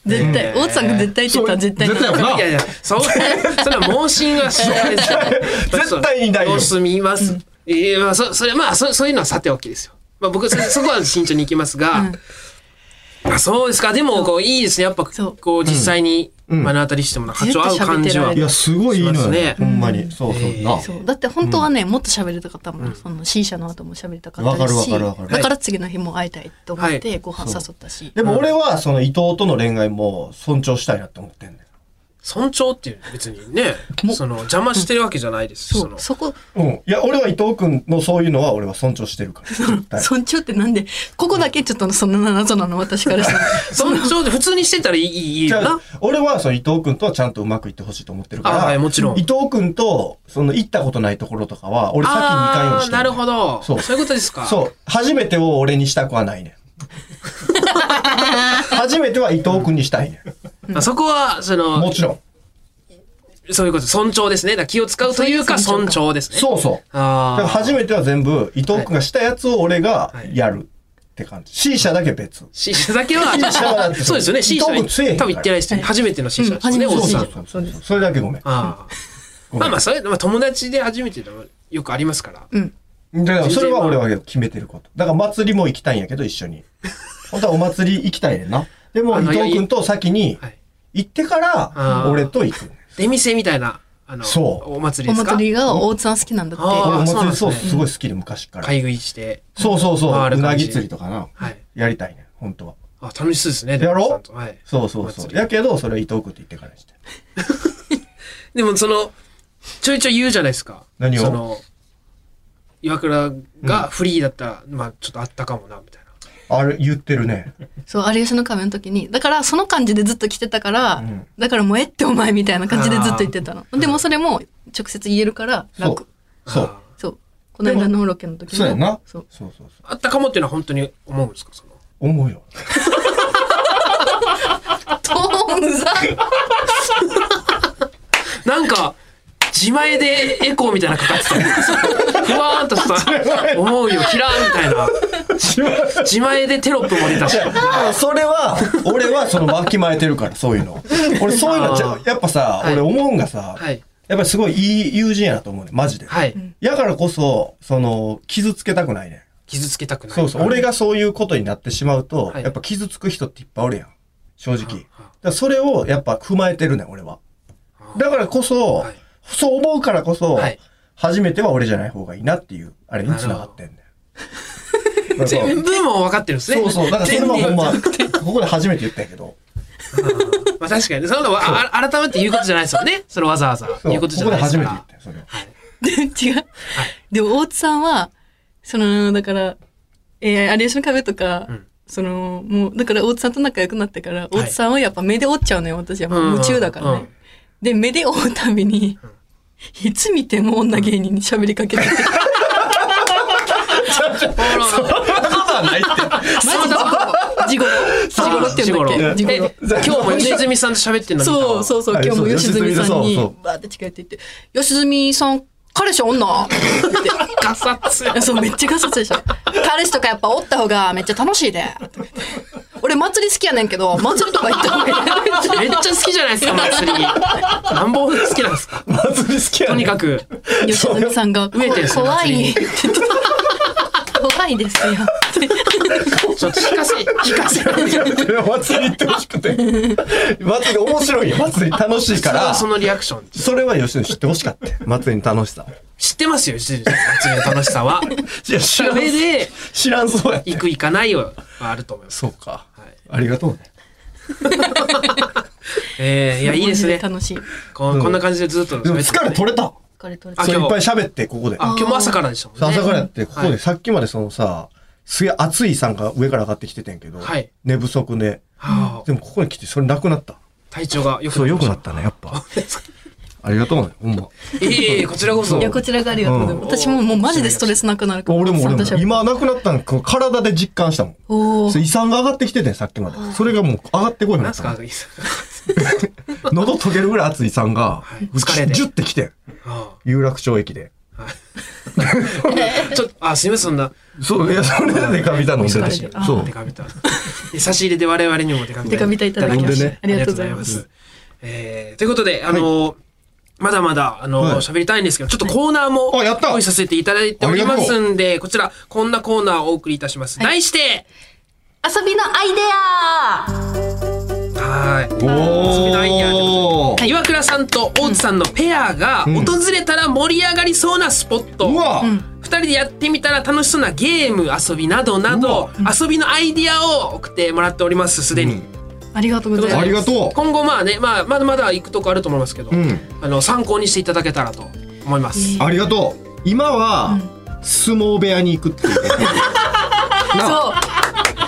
Speaker 3: 絶対、大津さんが絶対って言ったら絶対
Speaker 11: 絶対やもん
Speaker 2: いやいや、そんな、 そんな問診はしないですよ。
Speaker 11: 絶対にないよ
Speaker 2: 様子見ます。ええまあ、そ、それ、まあ、そ、そういうのはさておきですよ。まあ、僕、そ、そこは慎重に行きますが。あ、そうですか。でも、こう、いいですね。やっぱ、
Speaker 3: そう
Speaker 2: こう、実際に、
Speaker 11: うん
Speaker 2: 目の当たりしても、波長合う感じは。
Speaker 11: いや、すごいいいの
Speaker 2: し
Speaker 11: よ、
Speaker 2: ますね
Speaker 11: ほんまに。そうそう。な
Speaker 3: そうだって本当はね、もっと喋りたかったもん、その C 社の後も喋りたかっ
Speaker 11: わ
Speaker 3: た
Speaker 11: か
Speaker 3: で
Speaker 11: る
Speaker 3: す
Speaker 11: わ
Speaker 3: し
Speaker 11: かるわかる
Speaker 3: だから次の日も会いたいと思っ
Speaker 2: は
Speaker 3: てご飯誘ったし、
Speaker 11: でも俺は、その伊藤との恋愛も尊重したいなって思ってんね
Speaker 2: 尊重っていう、別にね、その、邪魔してるわけじゃないですし。
Speaker 3: そ
Speaker 2: そうの。
Speaker 3: そこ
Speaker 11: ん。うん。いや、俺は伊藤くんのそういうのは俺は尊重してるから。絶対
Speaker 3: 尊重ってなんでここだけちょっとそんな謎なの私からしたら
Speaker 2: 尊重で、普通にしてたら、いい、いい
Speaker 11: じ
Speaker 2: よ
Speaker 11: ゃあ
Speaker 2: な。
Speaker 11: 俺はその伊藤君とはちゃんとうまくいってほしいと思ってるから、
Speaker 2: あはいもちろん
Speaker 11: 伊藤君とその行ったことないところとかは俺先に行かんように
Speaker 2: あ
Speaker 11: し
Speaker 2: あ、
Speaker 11: て
Speaker 2: なるほど。
Speaker 11: そ
Speaker 2: そうう、いうことですか。
Speaker 11: そう初めてを俺にしたくは ないねん初めては伊藤君にしたいね
Speaker 2: あそこは、そ
Speaker 11: んも
Speaker 2: の、
Speaker 11: ちろん
Speaker 2: そういうこと、尊重ですね。だから気を使うというか、
Speaker 3: そう
Speaker 2: 尊重ですね。
Speaker 11: そうそうだか
Speaker 2: ああ。
Speaker 11: ら初めては全部伊藤君がしたやつを俺がやるって感じ C 社だけ別
Speaker 2: C 社 だけは、
Speaker 11: C 社はだって
Speaker 2: そうですよね。C 社
Speaker 11: 多分強いから
Speaker 2: 多分行ってない人、初めての C 社ですよね、
Speaker 3: うん
Speaker 2: 大
Speaker 3: 初めて
Speaker 2: 津さ
Speaker 3: の C
Speaker 2: ん
Speaker 3: 社。
Speaker 11: そうそうそうそれだけごめん
Speaker 2: ああ。まあまあ、それ、まあ友達で初めてでもよくありますから。
Speaker 11: だからそれは俺は決めてることだから祭りも行きたいんやけど一緒に本当はお祭り行きたいねんなでも
Speaker 2: あ
Speaker 11: 伊
Speaker 2: の
Speaker 11: 藤君と先に
Speaker 2: はい。
Speaker 11: 行ってから
Speaker 2: あー
Speaker 11: 俺と行く
Speaker 2: 出店みたいな、あの、
Speaker 11: そう
Speaker 2: お祭
Speaker 3: お
Speaker 2: りですか
Speaker 3: 祭りが大津さん好きなんだ
Speaker 2: あ
Speaker 3: っ
Speaker 11: 俺お
Speaker 2: ーそう
Speaker 11: 祭
Speaker 2: なん
Speaker 11: り
Speaker 2: です
Speaker 11: そう
Speaker 2: ね
Speaker 11: すごい好きで昔から
Speaker 2: 買い食いして。
Speaker 11: そうそうそう
Speaker 2: 回
Speaker 11: う
Speaker 2: る
Speaker 11: な
Speaker 2: 感じ
Speaker 11: ぎ釣りとかな
Speaker 2: はい。
Speaker 11: やりたいね本当は
Speaker 2: あ、楽しそうですね。
Speaker 11: やろう
Speaker 2: 大津さんとはい。
Speaker 11: そうそうそ
Speaker 2: お祭
Speaker 11: う
Speaker 2: り
Speaker 11: やけどそれは伊藤君って言ってからにして
Speaker 2: でも、その、ちょいちょい言うじゃないですか。
Speaker 11: 何を
Speaker 2: その、岩倉がフリーだったら、まあ、ちょっとあったかもな、みたいな。
Speaker 11: あれ言ってるね
Speaker 3: てそう有吉の壁の時にだからその感じでずっと来てたから、
Speaker 11: ん
Speaker 3: だからもうえってお前みたいな感じでずっと言ってたのでもそれも直接言えるから
Speaker 11: そう
Speaker 3: 楽
Speaker 11: そう
Speaker 2: あ
Speaker 3: そうこの間のロケの時も
Speaker 11: そうやな
Speaker 3: そ
Speaker 11: そううそうそう
Speaker 2: ーあったかもっていうのは本当に思うんですか、その。
Speaker 11: 思うよ
Speaker 3: トーンさ
Speaker 2: なんか、自前でエコーみたいなのかかってたね。ふわーんとした、思うよ、キラーみたいな。自前でテロップも出たし。
Speaker 11: あそれは 俺はそのわきまえてるからそういう の俺そういうのじゃ
Speaker 2: あー
Speaker 11: やっぱさ
Speaker 2: はい
Speaker 11: 俺思うんがさ
Speaker 2: はい。
Speaker 11: やっぱりすごいいい友人やなと思うねマジで
Speaker 2: はい。
Speaker 11: やからこそその傷つけたくないね
Speaker 2: 傷つけたくない。
Speaker 11: そうそう。俺がそういうことになってしまうと、
Speaker 2: はい
Speaker 11: やっぱ傷つく人っていっぱいおるやん。正直。だからそれをやっぱ踏まえてるね、俺は。だからこそ、
Speaker 2: はい
Speaker 11: そう思うからこそ、
Speaker 2: はい
Speaker 11: 初めては俺じゃない方がいいなっていう、あれに繋がってんだよ。だから
Speaker 2: 全部も分かってるんですね。
Speaker 11: そうそう。だからそれはほん
Speaker 2: 全部
Speaker 11: ま、ここで初めて言ったんやけど、
Speaker 2: まあ確かにね。そのわああ改めて言うことじゃないですよね。それわざわざ。
Speaker 11: そう
Speaker 2: 言うことじゃない
Speaker 11: ここ
Speaker 2: で
Speaker 11: です初
Speaker 2: か
Speaker 11: めて言
Speaker 2: ら
Speaker 11: った。よ、それは。
Speaker 3: で 違う。でも、大津さんは、その、だから、えー、有吉の壁とか、その、もう、だから大津さんと仲良くなってから、大津さんはやっぱ目で追っちゃうのよ、私は。もう夢中だからね。
Speaker 2: うん
Speaker 3: で、目で追うたびに、いつ見ても女芸人に喋りかけてて、 マジで
Speaker 2: ほら
Speaker 3: 地頃地頃って言うんだっけ地
Speaker 2: 地頃
Speaker 3: 頃
Speaker 2: え。今日も良純さんと喋ってんの見た
Speaker 3: そうそうそう、
Speaker 11: はい
Speaker 3: 今日も
Speaker 11: そう
Speaker 3: 吉住さんに
Speaker 11: 良純さんそうそ、
Speaker 3: バーって近寄って言って、吉住さん、彼氏女って言って
Speaker 2: ガサツや。
Speaker 3: そう、めっちゃガサツでした。彼氏とかやっぱおった方がめっちゃ楽しいで。俺祭り好きやねんけど、祭りとか行った方がいい。
Speaker 2: めっちゃ好きじゃないですか、祭り。何本好きなんですか。
Speaker 11: 祭り好きや
Speaker 2: と
Speaker 11: ね
Speaker 2: にかく。
Speaker 3: 吉住さんが、こ
Speaker 2: 飢えてるんですよ
Speaker 3: 怖
Speaker 2: 祭
Speaker 3: い。
Speaker 2: り
Speaker 3: って言ってた 怖いですよ。
Speaker 2: ちょっと聞かせ、聞かせ。
Speaker 11: 祭り行ってほしくて。祭り面白いよ。祭り楽しいか
Speaker 2: それは
Speaker 11: ら。
Speaker 2: そのリアクション。
Speaker 11: それは吉野知ってほしかったよ。祭りの楽しさ。
Speaker 2: 知ってますよ、吉住さん。祭りの楽しさは。
Speaker 11: いや、知らん
Speaker 2: 上で、
Speaker 11: 知らんそうやって
Speaker 2: 行く行かないはあると思います。
Speaker 11: そうか。
Speaker 2: い
Speaker 11: ありがとうね。
Speaker 2: えー、いや、いいですね。
Speaker 3: 楽しい。
Speaker 2: こんこんな感じでずっと
Speaker 11: でも
Speaker 2: 喋って
Speaker 11: 疲れ取れた。
Speaker 3: 疲れ取れ
Speaker 2: あ
Speaker 3: た
Speaker 11: それい
Speaker 2: 今
Speaker 11: っ
Speaker 2: 日
Speaker 11: ぱい喋って、ここで。
Speaker 2: あ今日も朝からでしたもんね。
Speaker 11: 朝からやって、ここ
Speaker 2: は
Speaker 11: で、
Speaker 2: い
Speaker 11: さっきまでそのさ、すげえ暑いさんが上から上がってきててんけど
Speaker 2: はい、
Speaker 11: 寝不足で。
Speaker 2: はあ
Speaker 11: でもここに来てそれなくなった。
Speaker 2: 体調が良く
Speaker 11: そう、
Speaker 2: な
Speaker 11: 良くな
Speaker 2: っ
Speaker 11: ったね、やっぱ。ありがとうね、ほんま。
Speaker 2: た。いえいえ、こちらこそ。
Speaker 3: いや、こちらがありがとうございます。私ももうマジでストレスなくなるから。
Speaker 11: 俺も俺も
Speaker 3: 私は、
Speaker 11: 今なくなったの、こう体で実感したもん。
Speaker 3: お
Speaker 11: そ
Speaker 3: ー
Speaker 11: れ胃酸が上がってきててん、さっきまで。それがもう上がってこいように
Speaker 2: な
Speaker 11: なんっ
Speaker 2: す
Speaker 11: た
Speaker 2: か、
Speaker 11: の
Speaker 2: 赤木さん。
Speaker 11: 喉溶けるぐらい熱い胃酸が
Speaker 2: い、疲れて
Speaker 11: ジュッてきてん。
Speaker 2: あ
Speaker 11: 有楽町駅で。
Speaker 2: ちょっと、あ、すみません、そんな。
Speaker 11: そう、いや、それでデカビタ飲んでたし
Speaker 3: お疲れ様。
Speaker 11: そう
Speaker 2: デ。カビタ。え差し入れで我々にもデカビタ。
Speaker 3: デカビタいただきました
Speaker 2: い
Speaker 3: ありがとうございます
Speaker 2: ありがとうございます。えーということで、あのまだまだ、あの
Speaker 11: はい
Speaker 2: 喋りたいんですけど、ちょっとコーナーも、
Speaker 11: あやった
Speaker 2: 用意させていただいておりますんで、こちら、こんなコーナーをお送りいたします。題して、
Speaker 3: 遊びのアイデア
Speaker 2: はーい。
Speaker 11: お
Speaker 2: ダイヤで
Speaker 11: お。
Speaker 2: 岩倉さんと大津さんのペアが訪れたら盛り上がりそうなスポット、
Speaker 11: うわ
Speaker 2: 2人でやってみたら楽しそうなゲーム遊びなどなど遊びのアイディアを送ってもらっておりますすでに、
Speaker 3: ありがとうございます。
Speaker 11: ありがと
Speaker 2: 今後まあね、まあ、まだまだ行くとこあると思いますけど、
Speaker 11: う。うん。
Speaker 2: あの参考にしていただけたらと思います、
Speaker 11: ありがとう。今は、相撲部屋に行くっていう。
Speaker 3: そう。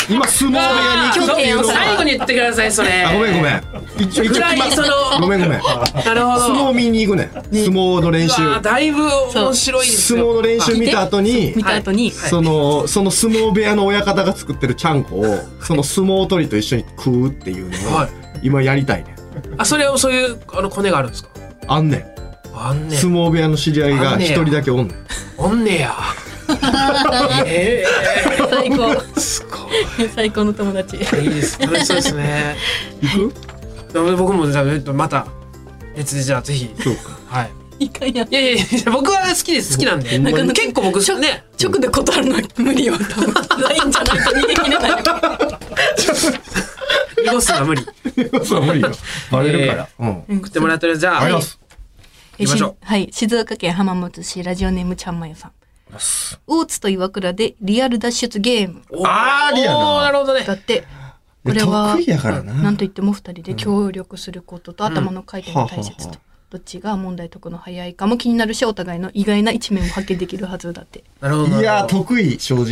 Speaker 11: 今、相撲部屋に行く
Speaker 3: 今日提案された
Speaker 2: 最後に言ってくださいそれ
Speaker 11: あ、ごめんごめん。一応、一応
Speaker 2: 暗い
Speaker 11: 決
Speaker 2: そ
Speaker 11: まっ
Speaker 2: の
Speaker 11: ごめんごめん。
Speaker 2: なる
Speaker 11: 相
Speaker 2: ほ
Speaker 11: 撲
Speaker 2: ど
Speaker 11: 見に行くねん。相撲の練習。
Speaker 2: うわだいぶ面白いです
Speaker 11: 相
Speaker 2: よ
Speaker 11: 撲の練習見た後に、
Speaker 3: 見た後に、
Speaker 11: その、その相撲部屋の親方が作ってるちゃんこを、その相撲取りと一緒に食うっていうの
Speaker 2: は
Speaker 11: を
Speaker 2: い、
Speaker 11: 今やりたいねん。
Speaker 2: あそれをそういうあのコネがあるんですか
Speaker 11: あんねん。
Speaker 2: あんねや
Speaker 11: 相撲部屋の知り合い
Speaker 2: あ
Speaker 11: が
Speaker 2: んね
Speaker 11: 一
Speaker 2: や
Speaker 11: 人だけおんねん。
Speaker 2: おんねやえ
Speaker 3: 最高。
Speaker 2: えすごい
Speaker 3: 最高の友達。
Speaker 2: いいです。楽しそうですね。
Speaker 11: 行く
Speaker 2: でも僕もじゃあえっとまた別でじゃあぜひ。
Speaker 11: そうか。
Speaker 2: はい。
Speaker 3: いかんや
Speaker 2: い。やいやいや僕は好きです。好きなんで。
Speaker 11: ほんまに
Speaker 2: 結構僕ね。
Speaker 3: 直で断るのは無理よ。多分ラインじゃないと逃げ切れ ない。
Speaker 2: 濁すのは無理。送
Speaker 11: そう、無理よ。バレるから。うん。
Speaker 2: ってもらってるじゃあ。
Speaker 11: ありがとうございます。
Speaker 2: 行きましょう
Speaker 3: えーはい、静岡県浜松市ラジオネームちゃんまゆさん。大津と岩倉でリアル脱出ゲーム
Speaker 2: おー
Speaker 11: あーリアな
Speaker 2: おーなるほどね
Speaker 3: だ。って、
Speaker 11: い
Speaker 3: こ
Speaker 11: や
Speaker 3: れは
Speaker 11: 得意やからな
Speaker 3: なんといっても二人で協力することと頭の回転が大切
Speaker 11: はは
Speaker 3: と。どっちが問題解くの早いかも気になるし、お互いの意外な一面も発見できるはずだって。
Speaker 2: なるほど。
Speaker 11: い
Speaker 2: な
Speaker 11: や
Speaker 2: る
Speaker 11: ー、
Speaker 2: ほど
Speaker 11: 得意、正直。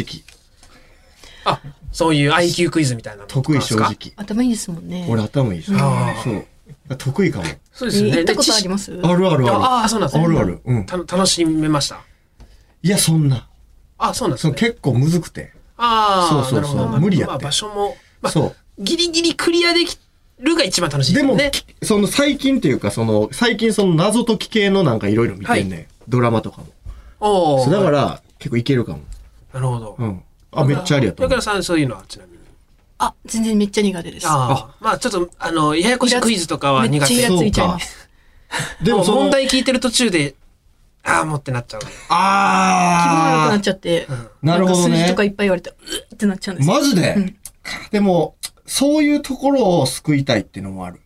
Speaker 2: あそういう IQ クイズみたいなのとか
Speaker 11: 得
Speaker 2: で
Speaker 11: 意、
Speaker 2: す
Speaker 11: 正
Speaker 2: か。
Speaker 11: 直。
Speaker 3: 頭いいですもんね。
Speaker 11: 俺頭いいし。そう
Speaker 2: あ。
Speaker 11: 得意かも。
Speaker 2: そう
Speaker 3: え
Speaker 2: ですよ
Speaker 3: ー
Speaker 2: ね。。
Speaker 3: 行ったことありますす
Speaker 11: あるあるあ
Speaker 2: ああそうなんです
Speaker 11: る。
Speaker 2: ね。
Speaker 11: あるある。うん。
Speaker 2: た楽しめました。
Speaker 11: いや、そんな。
Speaker 2: あそうなんで
Speaker 11: そ
Speaker 2: す
Speaker 11: の
Speaker 2: ね。
Speaker 11: 結構むずくて。
Speaker 2: ああ
Speaker 11: そうそうそう
Speaker 2: なるほど。
Speaker 11: 無理やって
Speaker 2: まあ場所もまあ
Speaker 11: そう。
Speaker 2: ギリギリクリアできるが一番楽しいで
Speaker 11: ですも、
Speaker 2: よね。
Speaker 11: その最近っていうか、その、最近その謎解き系のなんかいろいろ見てんねん、ドラマとかも。
Speaker 2: お
Speaker 11: そうだか
Speaker 2: ー
Speaker 11: ら、結構いけるかも。
Speaker 2: なるほど。
Speaker 11: うん。あ、めっちゃありがと
Speaker 2: だ
Speaker 11: う
Speaker 2: か。らさんそういうのはちなみに。
Speaker 3: あ、全然めっちゃ苦手です。
Speaker 2: ああまあちょっとあのややこしいクイズとかは
Speaker 3: めっ
Speaker 2: 苦
Speaker 3: ちゃイラ
Speaker 2: 手
Speaker 3: ついちゃいます。
Speaker 11: で
Speaker 2: も
Speaker 11: も
Speaker 2: う
Speaker 11: その、
Speaker 2: 問題聞いてる途中でああもうってなっちゃう
Speaker 3: 気分悪くな
Speaker 11: あ
Speaker 3: っちゃって、
Speaker 11: ー、なるほど
Speaker 3: んか数字
Speaker 11: ね
Speaker 3: とか。いっぱい言われて、うっってなっちゃうんですよ。
Speaker 11: マジで、でも、そういうところを救いたいっていうのもある。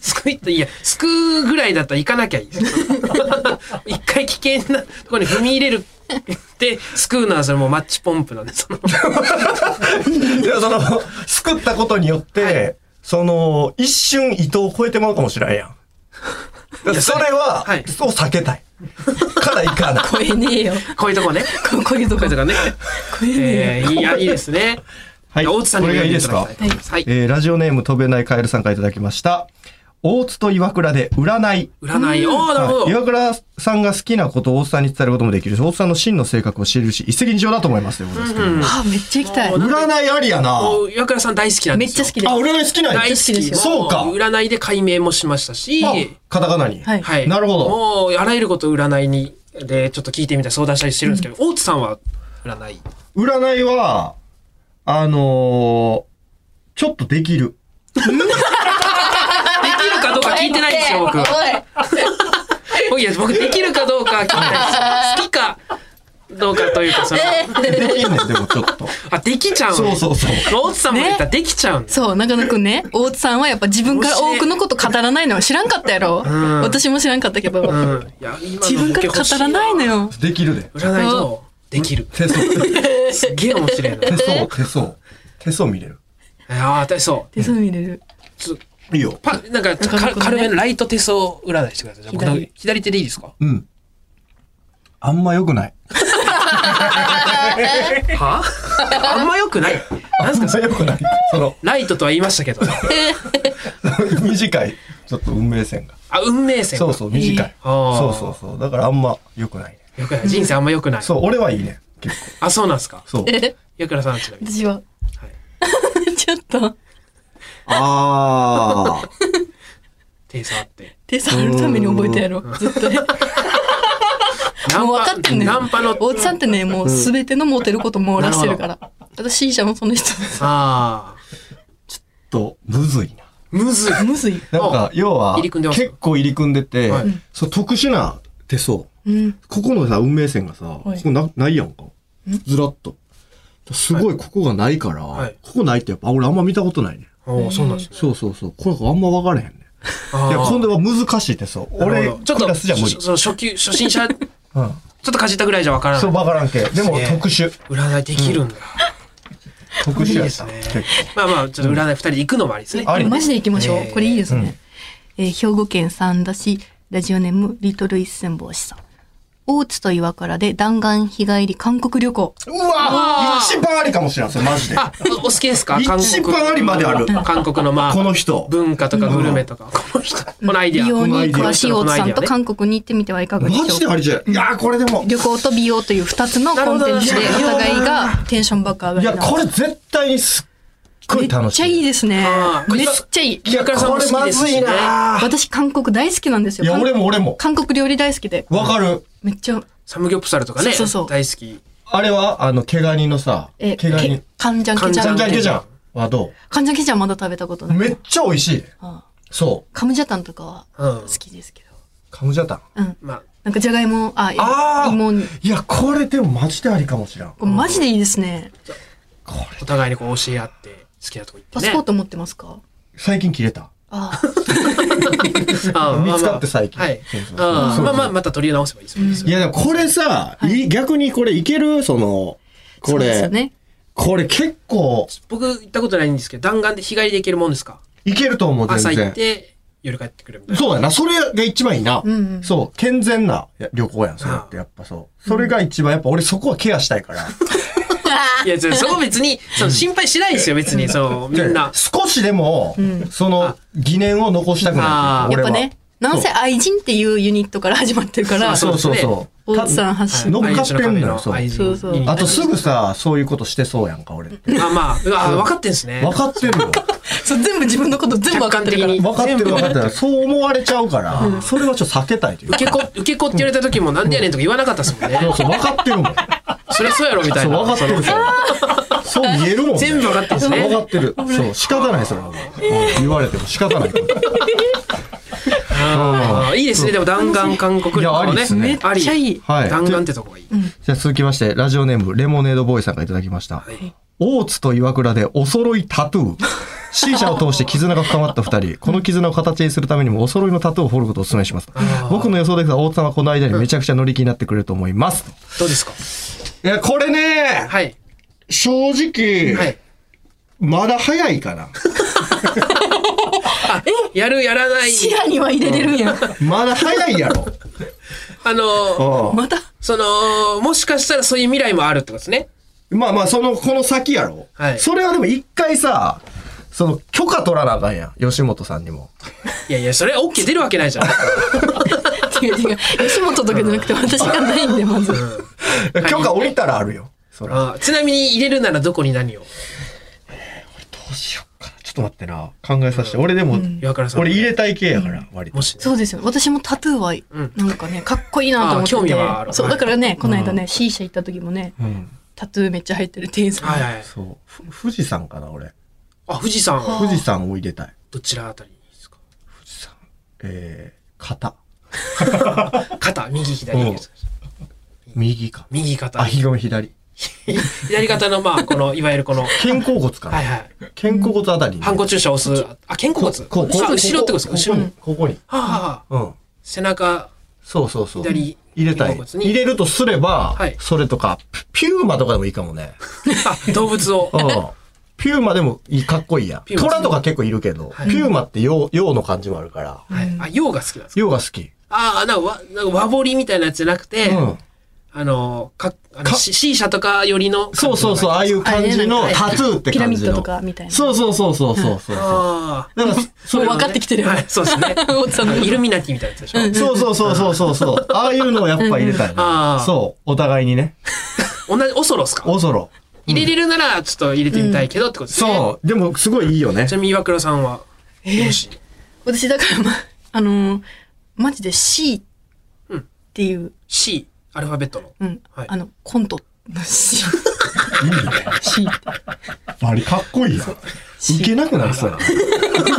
Speaker 2: 救いといや救うぐらいだったら行かなきゃいい 一回危険なところに踏み入れるで救うのはそれもうマッチポンプなんでその
Speaker 11: いや、その、救ったことによって、その、一瞬伊藤を超えてもらうかもしれんやん。だからそれは、
Speaker 2: はい
Speaker 11: そう避けたい。からいかない。
Speaker 3: 超えねえよ。
Speaker 2: こういうとこね
Speaker 3: ここういうと
Speaker 2: こ
Speaker 3: こ
Speaker 2: ういうとこね、
Speaker 3: 超えねえよ。
Speaker 2: えー、いやいいですね
Speaker 11: はい
Speaker 2: や大津さんにも
Speaker 11: これがいい
Speaker 2: 読ん
Speaker 11: で
Speaker 2: い
Speaker 11: す
Speaker 2: た
Speaker 11: か
Speaker 2: だきたいと思いますはい、
Speaker 11: えーラジオネーム飛べないカエルさんからいただきました。大津と岩倉で占い。
Speaker 2: 占いおーなるほど、
Speaker 11: はい岩倉さんが好きなことを大津さんに伝えることもできるし、大津さんの真の性格を知るし、一石二鳥だと思いますよ、私
Speaker 2: うんうん
Speaker 3: あ、めっちゃ行きたい
Speaker 2: もう。なんか
Speaker 11: 占いありやな。
Speaker 2: もう岩倉さん大好きなん
Speaker 3: め
Speaker 2: で
Speaker 3: っ
Speaker 2: す
Speaker 3: ちゃ
Speaker 2: よ
Speaker 3: 好きです。
Speaker 11: あ、占い好きなんや
Speaker 2: 大好き
Speaker 3: 好きですよ
Speaker 11: そうか
Speaker 2: も占いで解明もしましたし
Speaker 11: あカタカナに。
Speaker 3: はい
Speaker 2: はい。
Speaker 11: なるほど
Speaker 2: もう、あらゆることを占いに、で、ちょっと聞いてみたり相談したりしてるんですけど、大津さんは占い。
Speaker 11: 占いは、あのーちょっとできる。
Speaker 2: できるかどうか聞いてないんですよ、僕。僕、いや、僕、できるかどうかは聞いてないです。好きかどうかというか、その、
Speaker 11: できんねん、でもちょっと。
Speaker 2: あ、できちゃうん。
Speaker 11: そうそううそう。
Speaker 2: 大津さんも言ったらできちゃうんです。
Speaker 3: そう、中野くんね、大津さんはやっぱ自分から多くのこと語らないのは知らんかったやろ。
Speaker 2: ん
Speaker 3: 私も知らんかったけど、
Speaker 2: うん。いや、今
Speaker 3: 自
Speaker 2: の
Speaker 3: 分
Speaker 2: ボ
Speaker 3: か
Speaker 2: ケ
Speaker 3: ら
Speaker 2: 欲し
Speaker 3: 語らないの。よ。
Speaker 11: できるで。
Speaker 2: 占いと、できる。
Speaker 11: 手相、
Speaker 2: すげえ面白いな。
Speaker 11: 手相、手相。手相見れる。
Speaker 2: ああ、私そう。
Speaker 3: 手相見れる。
Speaker 11: いいよ。
Speaker 2: パ、なんか、
Speaker 3: なる
Speaker 2: か
Speaker 3: ほどね
Speaker 2: 軽めのライト手相占いしてください。じゃあ僕の
Speaker 3: 左
Speaker 2: 左手でいいですか
Speaker 11: うん。あんま良くない。
Speaker 2: はあんま良くない。なんすか
Speaker 11: あんま良くない。その、
Speaker 2: ライトとは言いましたけど。
Speaker 11: 短い。ちょっと運命線が。
Speaker 2: あ、運命線。
Speaker 11: そうそう、短い。
Speaker 2: あー
Speaker 11: そうそうそう。だからあんま良くないね。
Speaker 2: よくない。人生あんま良くない。
Speaker 11: そう、俺はいいね。結
Speaker 2: あ、そうなんですか。
Speaker 11: 構。そう。
Speaker 2: 岩倉さんちなみ に。
Speaker 3: 私は。ちょっと、
Speaker 11: ああ。
Speaker 2: 手触って。
Speaker 3: 手相あるために覚えたやろ。ずっとね。
Speaker 2: ナン
Speaker 3: もう
Speaker 2: パ
Speaker 3: 分かってんねん
Speaker 2: ナンパの
Speaker 3: 大津さんってね、もう全てのモテること網羅してるから。私、C 社もその人。
Speaker 2: ああ
Speaker 11: と、むずいな。
Speaker 2: むずい
Speaker 3: むずい。
Speaker 11: なんか、要は、
Speaker 2: 入り組んでます
Speaker 11: 結構入り組んでて、
Speaker 2: はい
Speaker 11: そう特殊な手相。
Speaker 3: うん。
Speaker 11: ここのさ、運命線がさ、こ
Speaker 3: い
Speaker 11: こなないやんか。ずらっと。すごいここがないから、
Speaker 2: はい
Speaker 11: ここないってやっぱ俺あんま見たことないね。
Speaker 2: おそうなんですね
Speaker 11: そうそうそう。これがあんま分からへんね。
Speaker 2: あー
Speaker 11: いや、今度は難しい手相。
Speaker 2: なる
Speaker 11: 俺
Speaker 2: ほ、どちょっ
Speaker 11: ク
Speaker 2: と
Speaker 11: ラスじゃ無理
Speaker 2: そ。その初級初心者ちょ
Speaker 11: うん。
Speaker 2: っとかじったぐらいじゃわから
Speaker 11: そう、
Speaker 2: ない
Speaker 11: 分からんけ。でも
Speaker 2: ね
Speaker 11: 特殊。
Speaker 2: 占いできるんだ
Speaker 11: 特殊
Speaker 2: いい
Speaker 11: や
Speaker 2: で
Speaker 11: った
Speaker 2: すね
Speaker 11: 結構
Speaker 2: まあまあちょっと占い二人で行くのもありですね
Speaker 11: あり
Speaker 3: マジで行きましょ
Speaker 2: え
Speaker 3: う。
Speaker 2: ー
Speaker 3: これいいですね。えー兵庫県三田市、ラジオネーム、リトル一戦帽子さん。大津と岩倉で弾丸日帰り韓国旅行。
Speaker 11: うわ一番ありかもしれん、それマ ジで。
Speaker 2: あおお好きですか韓国
Speaker 11: 一番ありまである
Speaker 2: 韓国のまあ
Speaker 11: この人。
Speaker 2: 文化とかグルメとか、この人、このアイディ
Speaker 3: 美
Speaker 2: ア。
Speaker 3: 容に詳しい大津さん
Speaker 2: ことのアイディアね
Speaker 3: 韓国に行ってみてはいかがで
Speaker 11: マジ
Speaker 3: し
Speaker 11: で
Speaker 3: ょう
Speaker 11: あ
Speaker 3: か。
Speaker 11: りじゃん。いやー、これでも。
Speaker 3: 旅行と美容という二つのコンテンツで
Speaker 11: なるほどなるほ
Speaker 3: お
Speaker 11: ど
Speaker 3: 互いがテンション爆上が
Speaker 11: い
Speaker 3: りな
Speaker 11: や、これ絶対にすっご
Speaker 3: め
Speaker 11: い
Speaker 3: っ
Speaker 11: 楽し
Speaker 3: ちゃいい
Speaker 11: い。
Speaker 3: ですね
Speaker 2: あ。ー
Speaker 3: めっちゃいい。
Speaker 11: いや、こ
Speaker 2: 岩倉さんも好
Speaker 11: れ
Speaker 2: き
Speaker 11: ま
Speaker 2: です
Speaker 11: ず
Speaker 2: しね
Speaker 11: いなー
Speaker 3: 私韓国大好きなんですよ。
Speaker 11: いや、
Speaker 3: 韓
Speaker 11: 俺も俺も。
Speaker 3: 韓国料理大好きで。
Speaker 11: わかる。
Speaker 3: めっちゃ、
Speaker 2: サムギョプサルとか
Speaker 3: そ
Speaker 2: ね、
Speaker 3: うそうそう
Speaker 2: 大好き。
Speaker 11: あれは、あの、毛ガニのさ、毛
Speaker 3: え、
Speaker 11: ガニ
Speaker 3: け。カンジャン
Speaker 2: カン
Speaker 3: ケジ
Speaker 11: じ
Speaker 2: ジャ
Speaker 11: ゃ
Speaker 2: ン
Speaker 3: ャ
Speaker 11: んじ
Speaker 2: ケ
Speaker 11: ゃ
Speaker 3: ン。
Speaker 11: んけじゃんはど
Speaker 3: カンジャンケジャンまだ食べたことな
Speaker 11: う
Speaker 3: い。
Speaker 11: めっちゃ美味しい。
Speaker 3: あ
Speaker 11: そう。
Speaker 3: カムジャタンとかは
Speaker 2: うん
Speaker 3: 好きですけど。
Speaker 11: カムジャタン。
Speaker 3: うん。
Speaker 2: まあ、
Speaker 3: なんかじゃがいも、あ、い
Speaker 11: あー
Speaker 3: 芋に、
Speaker 11: いや、これでもマジでありかもしれん。
Speaker 3: これマジでいいですね。
Speaker 2: お互いにこう教え合って、好きなとこ行って
Speaker 3: パ
Speaker 2: ね。
Speaker 3: スポート持ってますか
Speaker 11: 最近切れた。
Speaker 3: あ
Speaker 2: ああ
Speaker 11: 見つかって最近
Speaker 2: まあまあはい
Speaker 11: そうそう。そう
Speaker 2: ああ
Speaker 11: そう
Speaker 2: まあまあ、また取り直せばいいですよ。
Speaker 11: いや、でもこれさ、い逆にこれいけるその、
Speaker 3: ーそ
Speaker 11: こ
Speaker 3: うです
Speaker 11: れ、
Speaker 3: よね。
Speaker 11: これ結構
Speaker 2: 僕行ったことないんですけど、弾丸で日帰りで行けるもんですか
Speaker 11: いけると思う、
Speaker 2: 朝
Speaker 11: 全
Speaker 2: 行っ
Speaker 11: 然。
Speaker 2: て、夜帰ってくるみたいな。
Speaker 11: そうやな。それが一番いいな。
Speaker 3: うんうん
Speaker 11: そう。健全な旅行やん、それって。やっぱそう。それが一番、やっぱ俺そこはケアしたいから。
Speaker 2: いや、そこ別に、その心配しないですよ、別に。そう、みんな
Speaker 11: で。少しでも、その疑念を残したくな
Speaker 2: ああ
Speaker 11: い。
Speaker 3: やっぱ
Speaker 11: 俺は
Speaker 3: ね、なんせ愛人っていうユニットから始まってるから、
Speaker 11: そうそうそ
Speaker 3: 大津さん発信。
Speaker 11: 乗っかってんのよそう
Speaker 2: 愛人
Speaker 3: そ
Speaker 2: の
Speaker 3: うそう
Speaker 2: 神の
Speaker 11: う。あとすぐさ、そういうことしてそうやんか、俺って。
Speaker 2: 愛人あ、まあ、うわ分かってんですね
Speaker 11: 分。かってる よ。
Speaker 3: そう全部自分のこと全部わかってるから。
Speaker 2: 客
Speaker 11: 分かってる分かってる。そう思われちゃうから、それはちょっと避けたいというか。
Speaker 2: 受け子、受け子って言われた時も、なんでやねんとか言わなかったですもんね。
Speaker 11: そうそう、分かってるもん。
Speaker 2: そりゃそうやろみたい
Speaker 11: そう、
Speaker 2: な。
Speaker 11: 分かってるそう。そう見えるもんね。
Speaker 2: 全部分かってるんですね
Speaker 11: 分かってる。そう、仕方ない、それはもう。言われても仕方ない。
Speaker 2: ああいいですね。でも弾丸韓
Speaker 11: い
Speaker 2: 国
Speaker 11: やありですね
Speaker 2: あ
Speaker 3: め
Speaker 2: り
Speaker 3: っちゃいい
Speaker 11: はい
Speaker 2: 弾丸ってとこがいい。
Speaker 11: じゃあ続きまして、ラジオネーム、レモネードボーイさんからいただきました。大津と岩倉でお揃いタトゥ ー。C 社を通して絆が深まった二人、この絆を形にするためにもお揃いのタトゥーを彫ることをお勧めします。僕の予想ですが、大津さんはこの間にめちゃくちゃ乗り気になってくれると思います。
Speaker 2: どうですか。
Speaker 11: いや、これね、
Speaker 2: はい
Speaker 11: 正直、
Speaker 2: はい。
Speaker 11: まだ早いかな。
Speaker 2: やるやらない。
Speaker 3: 視野には入れれるんや。
Speaker 11: まだ早いやろ。
Speaker 2: あの
Speaker 11: うん
Speaker 3: また、
Speaker 2: そのもしかしたらそういう未来もあるってことですね。
Speaker 11: まあまあ、その、この先やろ。
Speaker 2: はい
Speaker 11: それはでも一回さ、その、許可取らなあかんやん。吉本さんにも。
Speaker 2: いやいやそれオッケー出るわけないじゃん。
Speaker 3: 違う違う。吉本とかじゃなくて私がないんで、まず。
Speaker 11: 許可降りたらあるよ。そら。
Speaker 2: あーちなみに入れるならどこに何を。
Speaker 11: どうしようかな。ちょっと待ってな。考えさせて。俺でも、
Speaker 2: 岩倉さん。
Speaker 11: 俺入れたい系やから、割と
Speaker 2: も。しね。
Speaker 3: そうですよ。私もタトゥーは、なんかね、かっこいいなと思ってて。
Speaker 2: あ興味はある
Speaker 3: そう、
Speaker 2: はい
Speaker 3: だからね、この間ね、C 社行った時もね、タトゥーめっちゃ入ってる店員さん。
Speaker 2: はいはい。
Speaker 11: そう。ふ富士山かな、俺。
Speaker 2: あ富士山
Speaker 11: 富士山を入れたい。
Speaker 2: どちらあたりですか。
Speaker 11: えー、肩。
Speaker 2: 肩右左
Speaker 11: うん右か。
Speaker 2: 右肩
Speaker 11: あ、ひごめ左。
Speaker 2: 左肩のまあこのいわゆるこの
Speaker 11: 肩甲骨かな。
Speaker 2: はいはい。
Speaker 11: 肩甲骨あたりに。
Speaker 2: ハンコ注射押す。あ、肩甲骨。
Speaker 11: ここ
Speaker 2: あ後ろってことですか後ろ。は
Speaker 11: ここに。こ
Speaker 2: あはあ
Speaker 11: こに。うん。
Speaker 2: 背中。
Speaker 11: そうそうそう。
Speaker 2: 左
Speaker 11: 入れたい。
Speaker 2: 肩甲骨に
Speaker 11: 入れるとすれば、
Speaker 2: はい
Speaker 11: それとか、ピューマとかでもいいかもね。
Speaker 2: あ、 動物を
Speaker 11: う。ん。ピューマでもいい、かっこいいやん。
Speaker 2: ピューマ
Speaker 11: 虎とか結構いるけど、ピューマって洋、洋の感じもあるから、
Speaker 2: はい。あ、用が好きなんですか
Speaker 11: 洋が好き。
Speaker 2: ああ、なんかわ、なんか和彫りみたいなやつじゃなくて、
Speaker 11: うん。
Speaker 2: あの、か、あの、
Speaker 11: か
Speaker 2: C C 社とかよりの。
Speaker 11: そうそうそう、ああいう感じの
Speaker 3: あれね
Speaker 11: タトゥーって感じの。
Speaker 3: ピラミッドとかみたいな
Speaker 11: そうそうそうそうそう そう。だ
Speaker 2: ああ。
Speaker 11: から、
Speaker 2: それ
Speaker 3: もう分かってきてるよ
Speaker 2: はい、そうです ね。
Speaker 3: 大津さんの
Speaker 2: イルミナティみたいなやつでし
Speaker 11: そ
Speaker 2: ょ。
Speaker 11: うそうそうそうそうそう。ああいうのをやっぱ入れたい
Speaker 2: あ
Speaker 11: な。
Speaker 2: ー
Speaker 11: そう。お互いにね。
Speaker 2: 同じ、オソロスか。
Speaker 11: おそろ。
Speaker 2: 入れれるなら、ちょっと入れてみたいけどってことですね。
Speaker 11: そう。でも、すごいいいよね
Speaker 2: ちな。みに岩倉さんは、よし。
Speaker 3: 私だから、ま、あのーマジで C っていう、
Speaker 2: C。アルファベットの。
Speaker 3: うん。
Speaker 2: はい
Speaker 3: あの、コントのシーン。シーンって
Speaker 11: あれかっこいいやん。いけなくなりそうやな。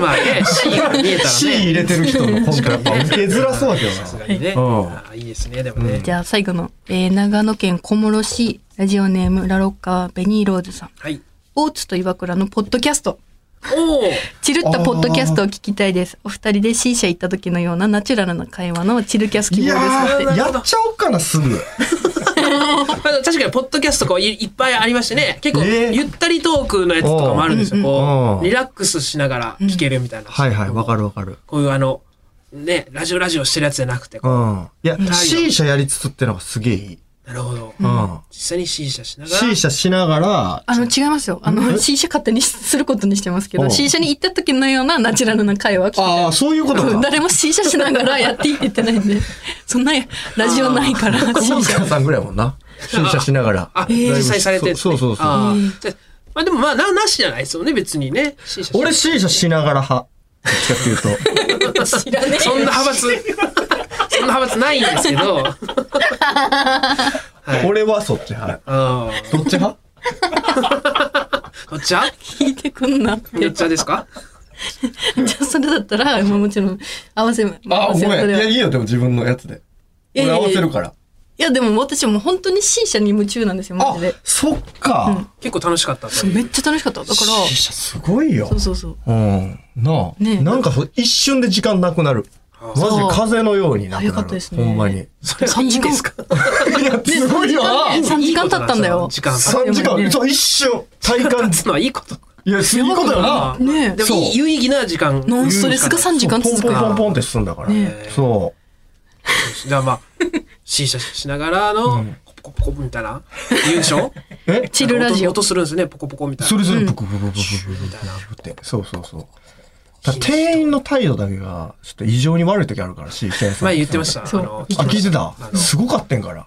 Speaker 2: まあね、C が見えたらね。
Speaker 11: C 入れてる 人のコントやっぱ受けづらそうだけど
Speaker 2: さす
Speaker 11: な。
Speaker 2: がにね。
Speaker 11: うん
Speaker 2: あーいいですね、でもね。
Speaker 3: じゃあ最後の、えー長野県小諸市、ラジオネーム、ラロッカー、ベニーローズさん。
Speaker 2: はい。
Speaker 3: 大津と岩倉のポッドキャスト。
Speaker 2: おお。
Speaker 3: チルったポッドキャストを聞きたいです。お二人で C 社行った時のようなナチュラルな会話のチルキャス希
Speaker 11: い
Speaker 3: 望で
Speaker 11: や
Speaker 3: すって。
Speaker 11: ー、やっちゃおうかな、すぐ。
Speaker 2: まあ確かにポッドキャストこういいっぱいありましてね結構
Speaker 11: えー
Speaker 2: ゆったりトークのやつとかもあるんですよ、
Speaker 3: うん
Speaker 2: こ
Speaker 11: うん
Speaker 2: うリラックスしながら聞けるみたいな、
Speaker 11: はいはい、わかるわかる。
Speaker 2: こういうあのねラジオラジオしてるやつじゃなくて、
Speaker 11: うん。いや
Speaker 2: い、よ
Speaker 11: C 社やりつつってのがすげえいい。
Speaker 2: なるほど、
Speaker 11: うん。
Speaker 2: 実際に C 社しながら
Speaker 11: C 社しながら、
Speaker 3: あの、違いますよ。あの、C 社勝手にすることにしてますけ
Speaker 11: う
Speaker 3: ど、
Speaker 11: ん
Speaker 3: C 社に行った時のようなナチュラルな会話を聞きたい
Speaker 11: ああ、そういうこと
Speaker 3: うん
Speaker 11: か。
Speaker 3: 誰も C 社しながらやっていいって言ってないんで、そんなラジオないから、C
Speaker 11: 小
Speaker 3: 社。
Speaker 11: 塚さんぐらいやもんな。C 社しながら。ラ
Speaker 2: あ、
Speaker 11: イブ
Speaker 2: 実際されてるんです
Speaker 11: そ
Speaker 2: ね
Speaker 11: うそうそう。
Speaker 2: あーじゃあまあでもまあななしじゃないですもんね別にね C 社
Speaker 11: 俺 C 社しながら派。どっちかっていうと。
Speaker 3: 知らねえ
Speaker 2: そんな派閥そんな派閥ないんですけどはい
Speaker 11: 俺はそっち派。
Speaker 2: あ
Speaker 11: どっち 派
Speaker 2: ーお茶
Speaker 3: 聞いてくんなって。
Speaker 2: お茶ですか
Speaker 3: じゃあそれだったら、まあもちろん、合わせ、合
Speaker 11: あ、
Speaker 3: わ
Speaker 11: ご
Speaker 3: せ
Speaker 11: めん。
Speaker 3: そ
Speaker 11: い
Speaker 3: れは
Speaker 11: や、いいよ、でも自分のやつで。
Speaker 3: いやい
Speaker 11: 俺
Speaker 3: や
Speaker 11: 合
Speaker 3: いや
Speaker 11: わせるから。
Speaker 3: いや、でも私もう本当に C 社に夢中なんですよ、マ
Speaker 11: あ
Speaker 3: ジで。、
Speaker 11: そっか。
Speaker 2: 結構楽しかったと
Speaker 3: そう
Speaker 2: いう
Speaker 3: めっちゃ楽しかった。だから、
Speaker 11: C 社すごいよ
Speaker 3: そう。そうそう。
Speaker 11: うん。なあ。
Speaker 3: ねえ
Speaker 11: なんかそう一瞬で時間なくなる。マジで風のようになく
Speaker 3: 早
Speaker 11: な
Speaker 3: か
Speaker 11: る
Speaker 3: ったです
Speaker 11: ほ
Speaker 3: ね
Speaker 11: んまに。
Speaker 2: それはいいんですか
Speaker 11: いや、すごいよ。
Speaker 3: ね3時間経ったんだよ。
Speaker 2: 時間経
Speaker 11: 3時間、そう、一瞬、体感。
Speaker 2: つのはいいこと。
Speaker 11: いや、すごいことよな。
Speaker 3: ねえ
Speaker 2: で
Speaker 11: そう
Speaker 2: もいい有意義な時間。
Speaker 3: ノンストレスが3時間続
Speaker 11: ポ
Speaker 3: く
Speaker 11: ンポン
Speaker 3: よ。
Speaker 11: ポンポンって進んだから。
Speaker 3: ね
Speaker 11: そ
Speaker 2: じゃあま あ、C 社しながらの、ポコポコみたいな。優勝
Speaker 11: う。え
Speaker 3: チルラジオ。
Speaker 2: 音するんですね、ポコポコみたい
Speaker 11: そ
Speaker 2: な。
Speaker 11: れぞれブクブクブクブクブクブクって。そうそうそう。だから店員の態度だけが、ちょっと異常に悪い時あるから、C 社員さん。
Speaker 2: 前言ってました。あ
Speaker 3: そう
Speaker 2: の、
Speaker 11: あ、聞いてた
Speaker 2: あの
Speaker 11: すごかったんから。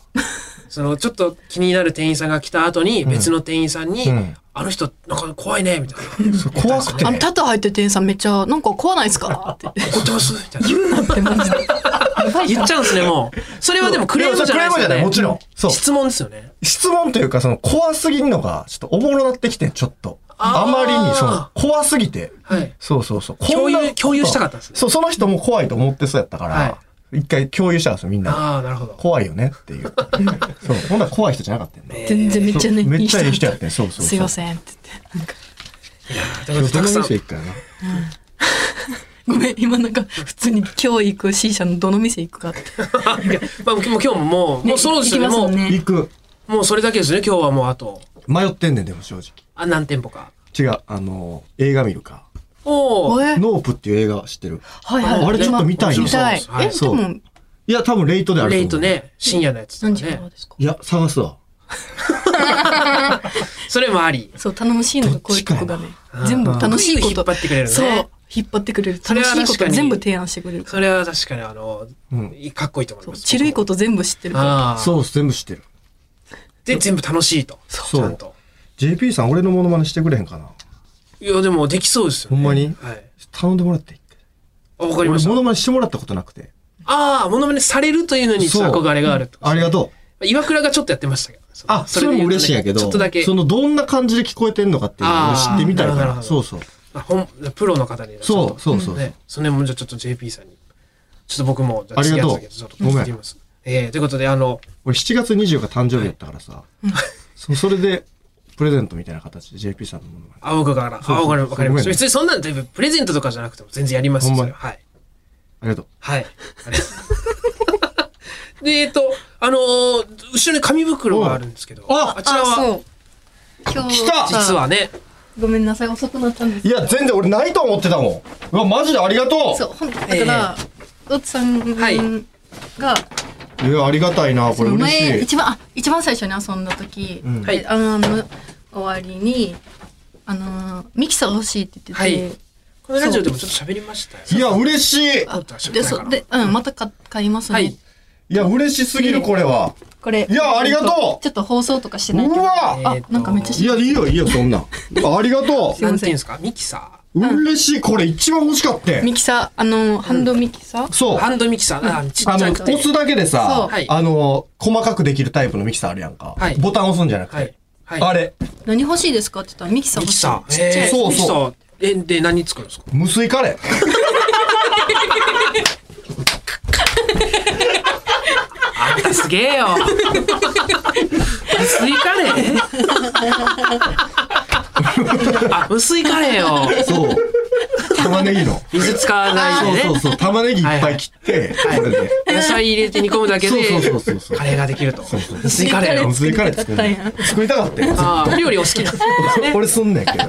Speaker 2: その、ちょっと気になる店員さんが来た後に、別の店員さんに
Speaker 11: うん、
Speaker 2: あの人、なんか怖いね、みたいな。
Speaker 11: そう怖くて
Speaker 3: あ。の、タタ入ってる店員さんめっちゃ、なんか怖ないっすかって。
Speaker 2: 怒ってますみたい
Speaker 3: な
Speaker 2: な。
Speaker 3: ってマジで。やばい
Speaker 2: 言っちゃうんですね、もう。それはでもクレームじゃない
Speaker 11: いやそれクレームじ
Speaker 2: ですよ
Speaker 11: ゃない、
Speaker 2: ね。
Speaker 11: もちろん。そう。
Speaker 2: 質問ですよね。
Speaker 11: 質問というか、その、怖すぎるのが、ちょっとおもろなってきてん、ちょっと。
Speaker 2: あー
Speaker 11: あまりに、その、怖すぎて。
Speaker 2: はい。
Speaker 11: そうそうそう。
Speaker 2: 共有
Speaker 11: こんなこと
Speaker 2: 共有したかったんですね
Speaker 11: そう、その人も怖いと思ってそうやったから、
Speaker 2: は
Speaker 11: 一回共有したんですよ、みんな。
Speaker 2: ああ、なるほど。
Speaker 11: 怖いよねって いう。そう、ほんなら怖い人じゃなかったよね。
Speaker 3: 全然めっちゃね、
Speaker 11: そうめっちゃいい人
Speaker 3: だ
Speaker 11: やってん、そうそうそう。
Speaker 3: すいませんって言って。
Speaker 2: ということでたくさん。
Speaker 11: 行くからな。
Speaker 3: ごめん、今なんか、普通に今日行く C 社のどの店行くかって。
Speaker 2: いやまあ、もう今日ももう、もうそうですよね。
Speaker 3: 行きます
Speaker 2: も
Speaker 3: もん
Speaker 2: う、
Speaker 3: ね。
Speaker 11: 行く。
Speaker 2: もうそれだけですね、今日はもうあと。
Speaker 11: 迷ってんねん、でも正直。
Speaker 2: あ、何店舗か。
Speaker 11: 違う、あの、映画見るか。
Speaker 2: おお。
Speaker 3: え
Speaker 11: ノープっていう映画知ってる。
Speaker 3: はいはい。
Speaker 11: あれちょっと見たいね
Speaker 3: 見たい
Speaker 2: そうそうそう。
Speaker 3: え、で
Speaker 11: そう
Speaker 3: も、
Speaker 11: いや、多分レイトであると
Speaker 2: レ
Speaker 11: 思う。
Speaker 2: イト。ね、深夜のやつと
Speaker 3: 何
Speaker 2: か
Speaker 3: 時から
Speaker 2: ね。
Speaker 3: ですか
Speaker 11: いや、探すわ。
Speaker 2: それもあり。
Speaker 3: そう、楽しいのとこういうとこがね
Speaker 2: どっちかやな。
Speaker 3: 全部楽しいこと。
Speaker 2: うん引っ張ってくれるね
Speaker 3: そう、引っ張ってくれる。楽
Speaker 2: れは
Speaker 3: しいこ
Speaker 2: 確か
Speaker 3: と
Speaker 2: に
Speaker 3: 全部提案してくれるから。
Speaker 2: それは確かにあの、
Speaker 11: うん。
Speaker 2: かっこいいと思い
Speaker 3: そう
Speaker 2: ます。
Speaker 3: ちるいこと全部知ってるから。
Speaker 2: ああ。
Speaker 11: そう、全部知ってる。
Speaker 2: で、全部楽しいと。
Speaker 11: そう
Speaker 2: ちゃんと。
Speaker 11: JP さん、俺のモノマネしてくれへんかな。
Speaker 2: いや、でもできそうですよ
Speaker 11: ほ
Speaker 2: ね。
Speaker 11: んまに
Speaker 2: はい。
Speaker 11: 頼んでもらっていい
Speaker 2: あわかりま
Speaker 11: 俺、
Speaker 2: し
Speaker 11: モ
Speaker 2: た。
Speaker 11: ノマネしてもらったことなくて。
Speaker 2: ああ、モノマネされるというのに
Speaker 11: そう
Speaker 2: 憧れがあるってこと
Speaker 11: ありがとう。
Speaker 2: 岩倉がちょっとやってましたけど。
Speaker 11: あ、それ
Speaker 2: で
Speaker 11: も
Speaker 2: 言うとね
Speaker 11: 嬉しいんやけど、
Speaker 2: ちょっとだけ
Speaker 11: そ。のどんな感じで聞こえてんのかっていうのを知ってみたい
Speaker 2: あーな
Speaker 11: か
Speaker 2: るほ
Speaker 11: ら。
Speaker 2: ど
Speaker 11: そうそう。
Speaker 2: あほんプロの方に。
Speaker 11: そうそうそう。
Speaker 2: ね、それもじゃあちょっと JP さんに。ちょっと僕も、じゃ
Speaker 11: ありがとう
Speaker 2: 次やつだけどちょっと聞いてみます。ええということで、あの、
Speaker 11: 俺7月20日誕生日やったからさ、そそれで、プレゼントみたいな形で JP さんのものが。
Speaker 2: 青子から、
Speaker 11: そうそう
Speaker 2: 青子から分かりまし
Speaker 11: そ
Speaker 2: た。
Speaker 11: う
Speaker 2: 別にそんなん全部プレゼントとかじゃなくても全然やりますよ。
Speaker 11: ほん
Speaker 2: そ
Speaker 11: ま
Speaker 2: れ
Speaker 11: に
Speaker 2: ははい。
Speaker 11: ありがとう。
Speaker 2: はい。あれで、えっと、あのー後ろに紙袋があるんですけど、
Speaker 11: あ
Speaker 2: あちら
Speaker 3: そ
Speaker 2: は、
Speaker 3: う。今日
Speaker 11: 来た
Speaker 2: 実はね、
Speaker 3: ごめんなさい、遅くなったんです。
Speaker 11: いや、全然俺ないと思ってたもん。うわ、マジでありがと
Speaker 3: そう、ほんだから、おつさん
Speaker 2: はい
Speaker 3: が、
Speaker 11: ういや、ありがたいな、こ
Speaker 3: そ
Speaker 11: れ
Speaker 3: の
Speaker 11: 嬉
Speaker 3: 前、
Speaker 11: しい。
Speaker 3: 一番、あ、一番最初に遊んだ時、
Speaker 11: ん
Speaker 2: はい
Speaker 3: であの、終わりに、あの、ミキサー欲しいって言ってて、
Speaker 2: はいこのラジオでもちょっと喋りましたよ。
Speaker 11: いや、嬉しい
Speaker 2: あ喋
Speaker 3: で、
Speaker 2: った
Speaker 3: そ
Speaker 2: か
Speaker 3: う、
Speaker 2: ら
Speaker 3: で、うん、また買買いますね。
Speaker 2: はい
Speaker 11: いや、嬉しすぎる、これは。
Speaker 3: これ。
Speaker 11: いやありがとう
Speaker 3: ちょっと放送とかして
Speaker 11: う
Speaker 3: ないけど。
Speaker 11: わ
Speaker 2: えー
Speaker 3: あ
Speaker 2: と、
Speaker 3: なんかめっちゃ
Speaker 11: いや、いいよ、いいよ、そんなん。ありがとう
Speaker 2: なんていうんですかミキサ
Speaker 11: う嬉しい、これ一番欲しかった。
Speaker 3: ミキサー、あの、ハンドミキサー
Speaker 11: そう。
Speaker 2: ハンドミキサー、あ、ちっち
Speaker 11: あ
Speaker 2: ゃ
Speaker 11: の、
Speaker 2: くて
Speaker 11: 押。すだけで
Speaker 3: そ
Speaker 11: さ
Speaker 3: う
Speaker 2: はい、
Speaker 11: あの、細かくできるタイプのミキサーあるやんか
Speaker 2: はい。
Speaker 11: ボタン押すんじゃなく
Speaker 2: はい
Speaker 11: て。。
Speaker 2: はい。
Speaker 11: あれ、
Speaker 3: 何欲しいですかって言ったらミキサー
Speaker 2: ミ
Speaker 3: 欲
Speaker 2: キ
Speaker 3: しい。
Speaker 2: サー。
Speaker 11: ちゃい
Speaker 2: えー
Speaker 11: そうそう
Speaker 2: ミキサー。え、で、何作るんですか
Speaker 11: 無水カレー。
Speaker 2: あんたすげえよ。無水カレー あ、無水カレーを
Speaker 11: そう。玉ねぎの。
Speaker 2: 水使わないで
Speaker 11: そう
Speaker 2: ね。
Speaker 11: そうそう。玉ねぎいっぱい切って、これで。
Speaker 2: 野菜入れて煮込むだけ
Speaker 11: そう
Speaker 2: で
Speaker 11: そうそうそうそう
Speaker 2: カレーができると。無水カレーを
Speaker 11: 無。水カレー作るの作りたかったよ。
Speaker 2: あー料理お好きなんですね。
Speaker 11: これすんねんけど。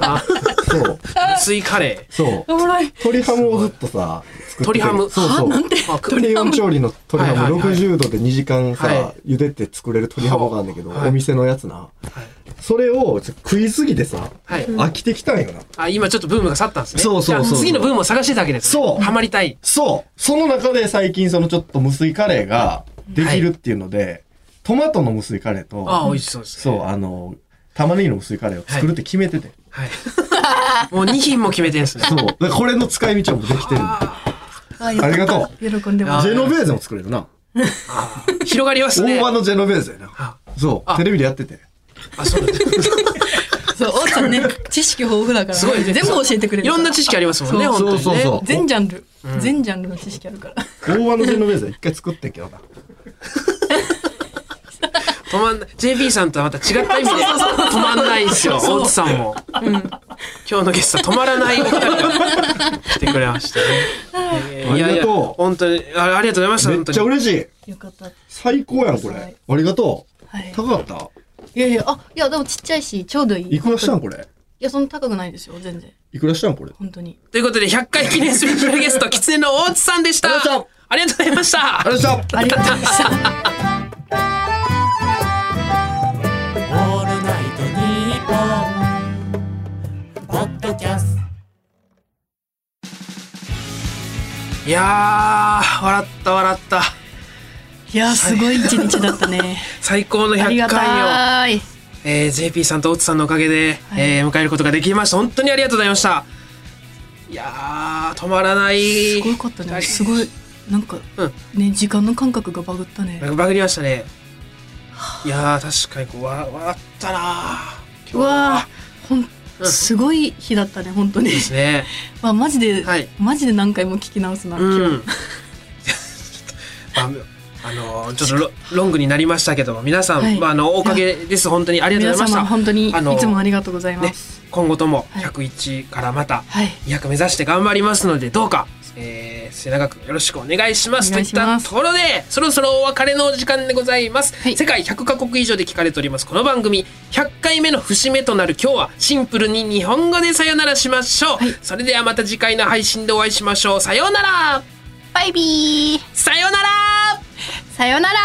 Speaker 11: そう。
Speaker 2: 無水カレ
Speaker 11: そう。
Speaker 3: おもろい。
Speaker 11: 鶏ハムをずっとさ、作ってて
Speaker 2: 鶏ハム
Speaker 11: そうそう。
Speaker 2: ー。あく
Speaker 11: 低温調理の鶏ハ
Speaker 2: はい
Speaker 11: ム
Speaker 2: はいはい
Speaker 11: 60度で2時間さ、
Speaker 2: は
Speaker 11: 茹でて作れる鶏ハムがあるんだけど、
Speaker 2: はい
Speaker 11: お店のやつな、それをちょっと食いすぎてさ、
Speaker 2: はい
Speaker 11: 飽きてきたんよな
Speaker 2: あ、今ちょっとブームが去ったんですね。
Speaker 11: そうそうそう
Speaker 2: じゃあ次のブームを探してたわけですね。
Speaker 11: そう
Speaker 2: ハマりたい。
Speaker 11: そうその中で最近そのちょっと無水カレーができるっていうので、トマトの無水カレーと
Speaker 2: ああ、美味しそうです。
Speaker 11: そうあの玉ねぎの無水カレーを作るって決めてて、
Speaker 2: はい。 もう2品も決めてんですね。
Speaker 11: そうだからこれの使い道はもうできてるんであ
Speaker 3: あよかっ
Speaker 11: りがとう
Speaker 3: た喜んでます。
Speaker 11: ジェノベーゼも作れるな
Speaker 2: 広がりますね
Speaker 11: 大。葉のジェノベーゼやなそうテレビでやってて
Speaker 2: あ、そうなんです。
Speaker 3: そう、おうちゃんね、知識豊富だから。
Speaker 2: すごいね
Speaker 3: 全部教えてくれる。
Speaker 2: いろんな知識ありますもんね、
Speaker 11: そう
Speaker 2: 本当にね。
Speaker 11: そうそうそう
Speaker 3: 全ジャンル、全ジャンルの知識あるから。
Speaker 11: 大葉のジェノベーゼは一回作ってんけどな
Speaker 2: 止まんない JP さんとはまた違った意味で止まんないんですよ大津さんも、今日のゲストは止まらないお二人が来てくれましたね、えー
Speaker 11: ありがとう
Speaker 2: いやいや本当にあありがとうございました
Speaker 11: めっ
Speaker 2: 本当
Speaker 11: ちゃ
Speaker 2: に
Speaker 11: 嬉しい
Speaker 3: よかった。
Speaker 11: 最高やんこれ
Speaker 3: はい
Speaker 11: ありがとう
Speaker 3: はい。
Speaker 11: 高かった
Speaker 3: いやいや、あ、いや、でもちっちゃいし、ちょうどいい。
Speaker 11: いくらしたん
Speaker 3: い
Speaker 11: これ
Speaker 3: や、そんな高くないですよ、全然。
Speaker 11: いくらしたんこれ
Speaker 3: 本当に。
Speaker 2: ということで100回記念スペシャルゲストキツネの大津さんでした
Speaker 11: ありがとう
Speaker 2: ありがとうございました
Speaker 11: ありがとうございました
Speaker 3: ありがとうございました。
Speaker 2: いやー笑った笑った
Speaker 3: いや、すごい一日だったね。
Speaker 2: 最高の
Speaker 3: あり
Speaker 2: 100
Speaker 3: が
Speaker 2: 回を、
Speaker 3: たい。
Speaker 2: えー JP さんと大津さんのおかげで、
Speaker 3: はい
Speaker 2: えー迎えることができました本当にありがとうございましたいやー止まらない
Speaker 3: すごいかったね。すごい。なんか
Speaker 2: うん、
Speaker 3: ね、時間の感覚がバグったね。
Speaker 2: バグりましたね。いやー確かにこうわ笑ったなー。
Speaker 3: うわーほ
Speaker 2: うん
Speaker 3: ん、すごい日だったね、本当に。
Speaker 2: ですね。
Speaker 3: まあ、マジで
Speaker 2: はい、
Speaker 3: マジで何回も聞き直すな。
Speaker 2: うん。ああのーちょっとロロングになりましたけども皆さん、
Speaker 3: はい
Speaker 2: まあ、あのおかげです本当にありがと
Speaker 3: 皆
Speaker 2: うございました
Speaker 3: 様、本当に、い
Speaker 2: あの
Speaker 3: つもありがとうございま
Speaker 2: ね
Speaker 3: す。、
Speaker 2: 今後とも
Speaker 3: はい
Speaker 2: 101からまた
Speaker 3: はい。
Speaker 2: 200目指して頑張りますのでどうか、えー、末永くよろしくお願いします
Speaker 3: お願いします
Speaker 2: といったところでそろそろお別れのお時間でございます、
Speaker 3: はい
Speaker 2: 世界100カ国以上で聞かれておりますこの番組100回目の節目となる今日はシンプルに日本語でさよならしましょう、それではまた次回の配信でお会いしましょうさようなら
Speaker 3: バイビー
Speaker 2: さようなら
Speaker 3: さよなら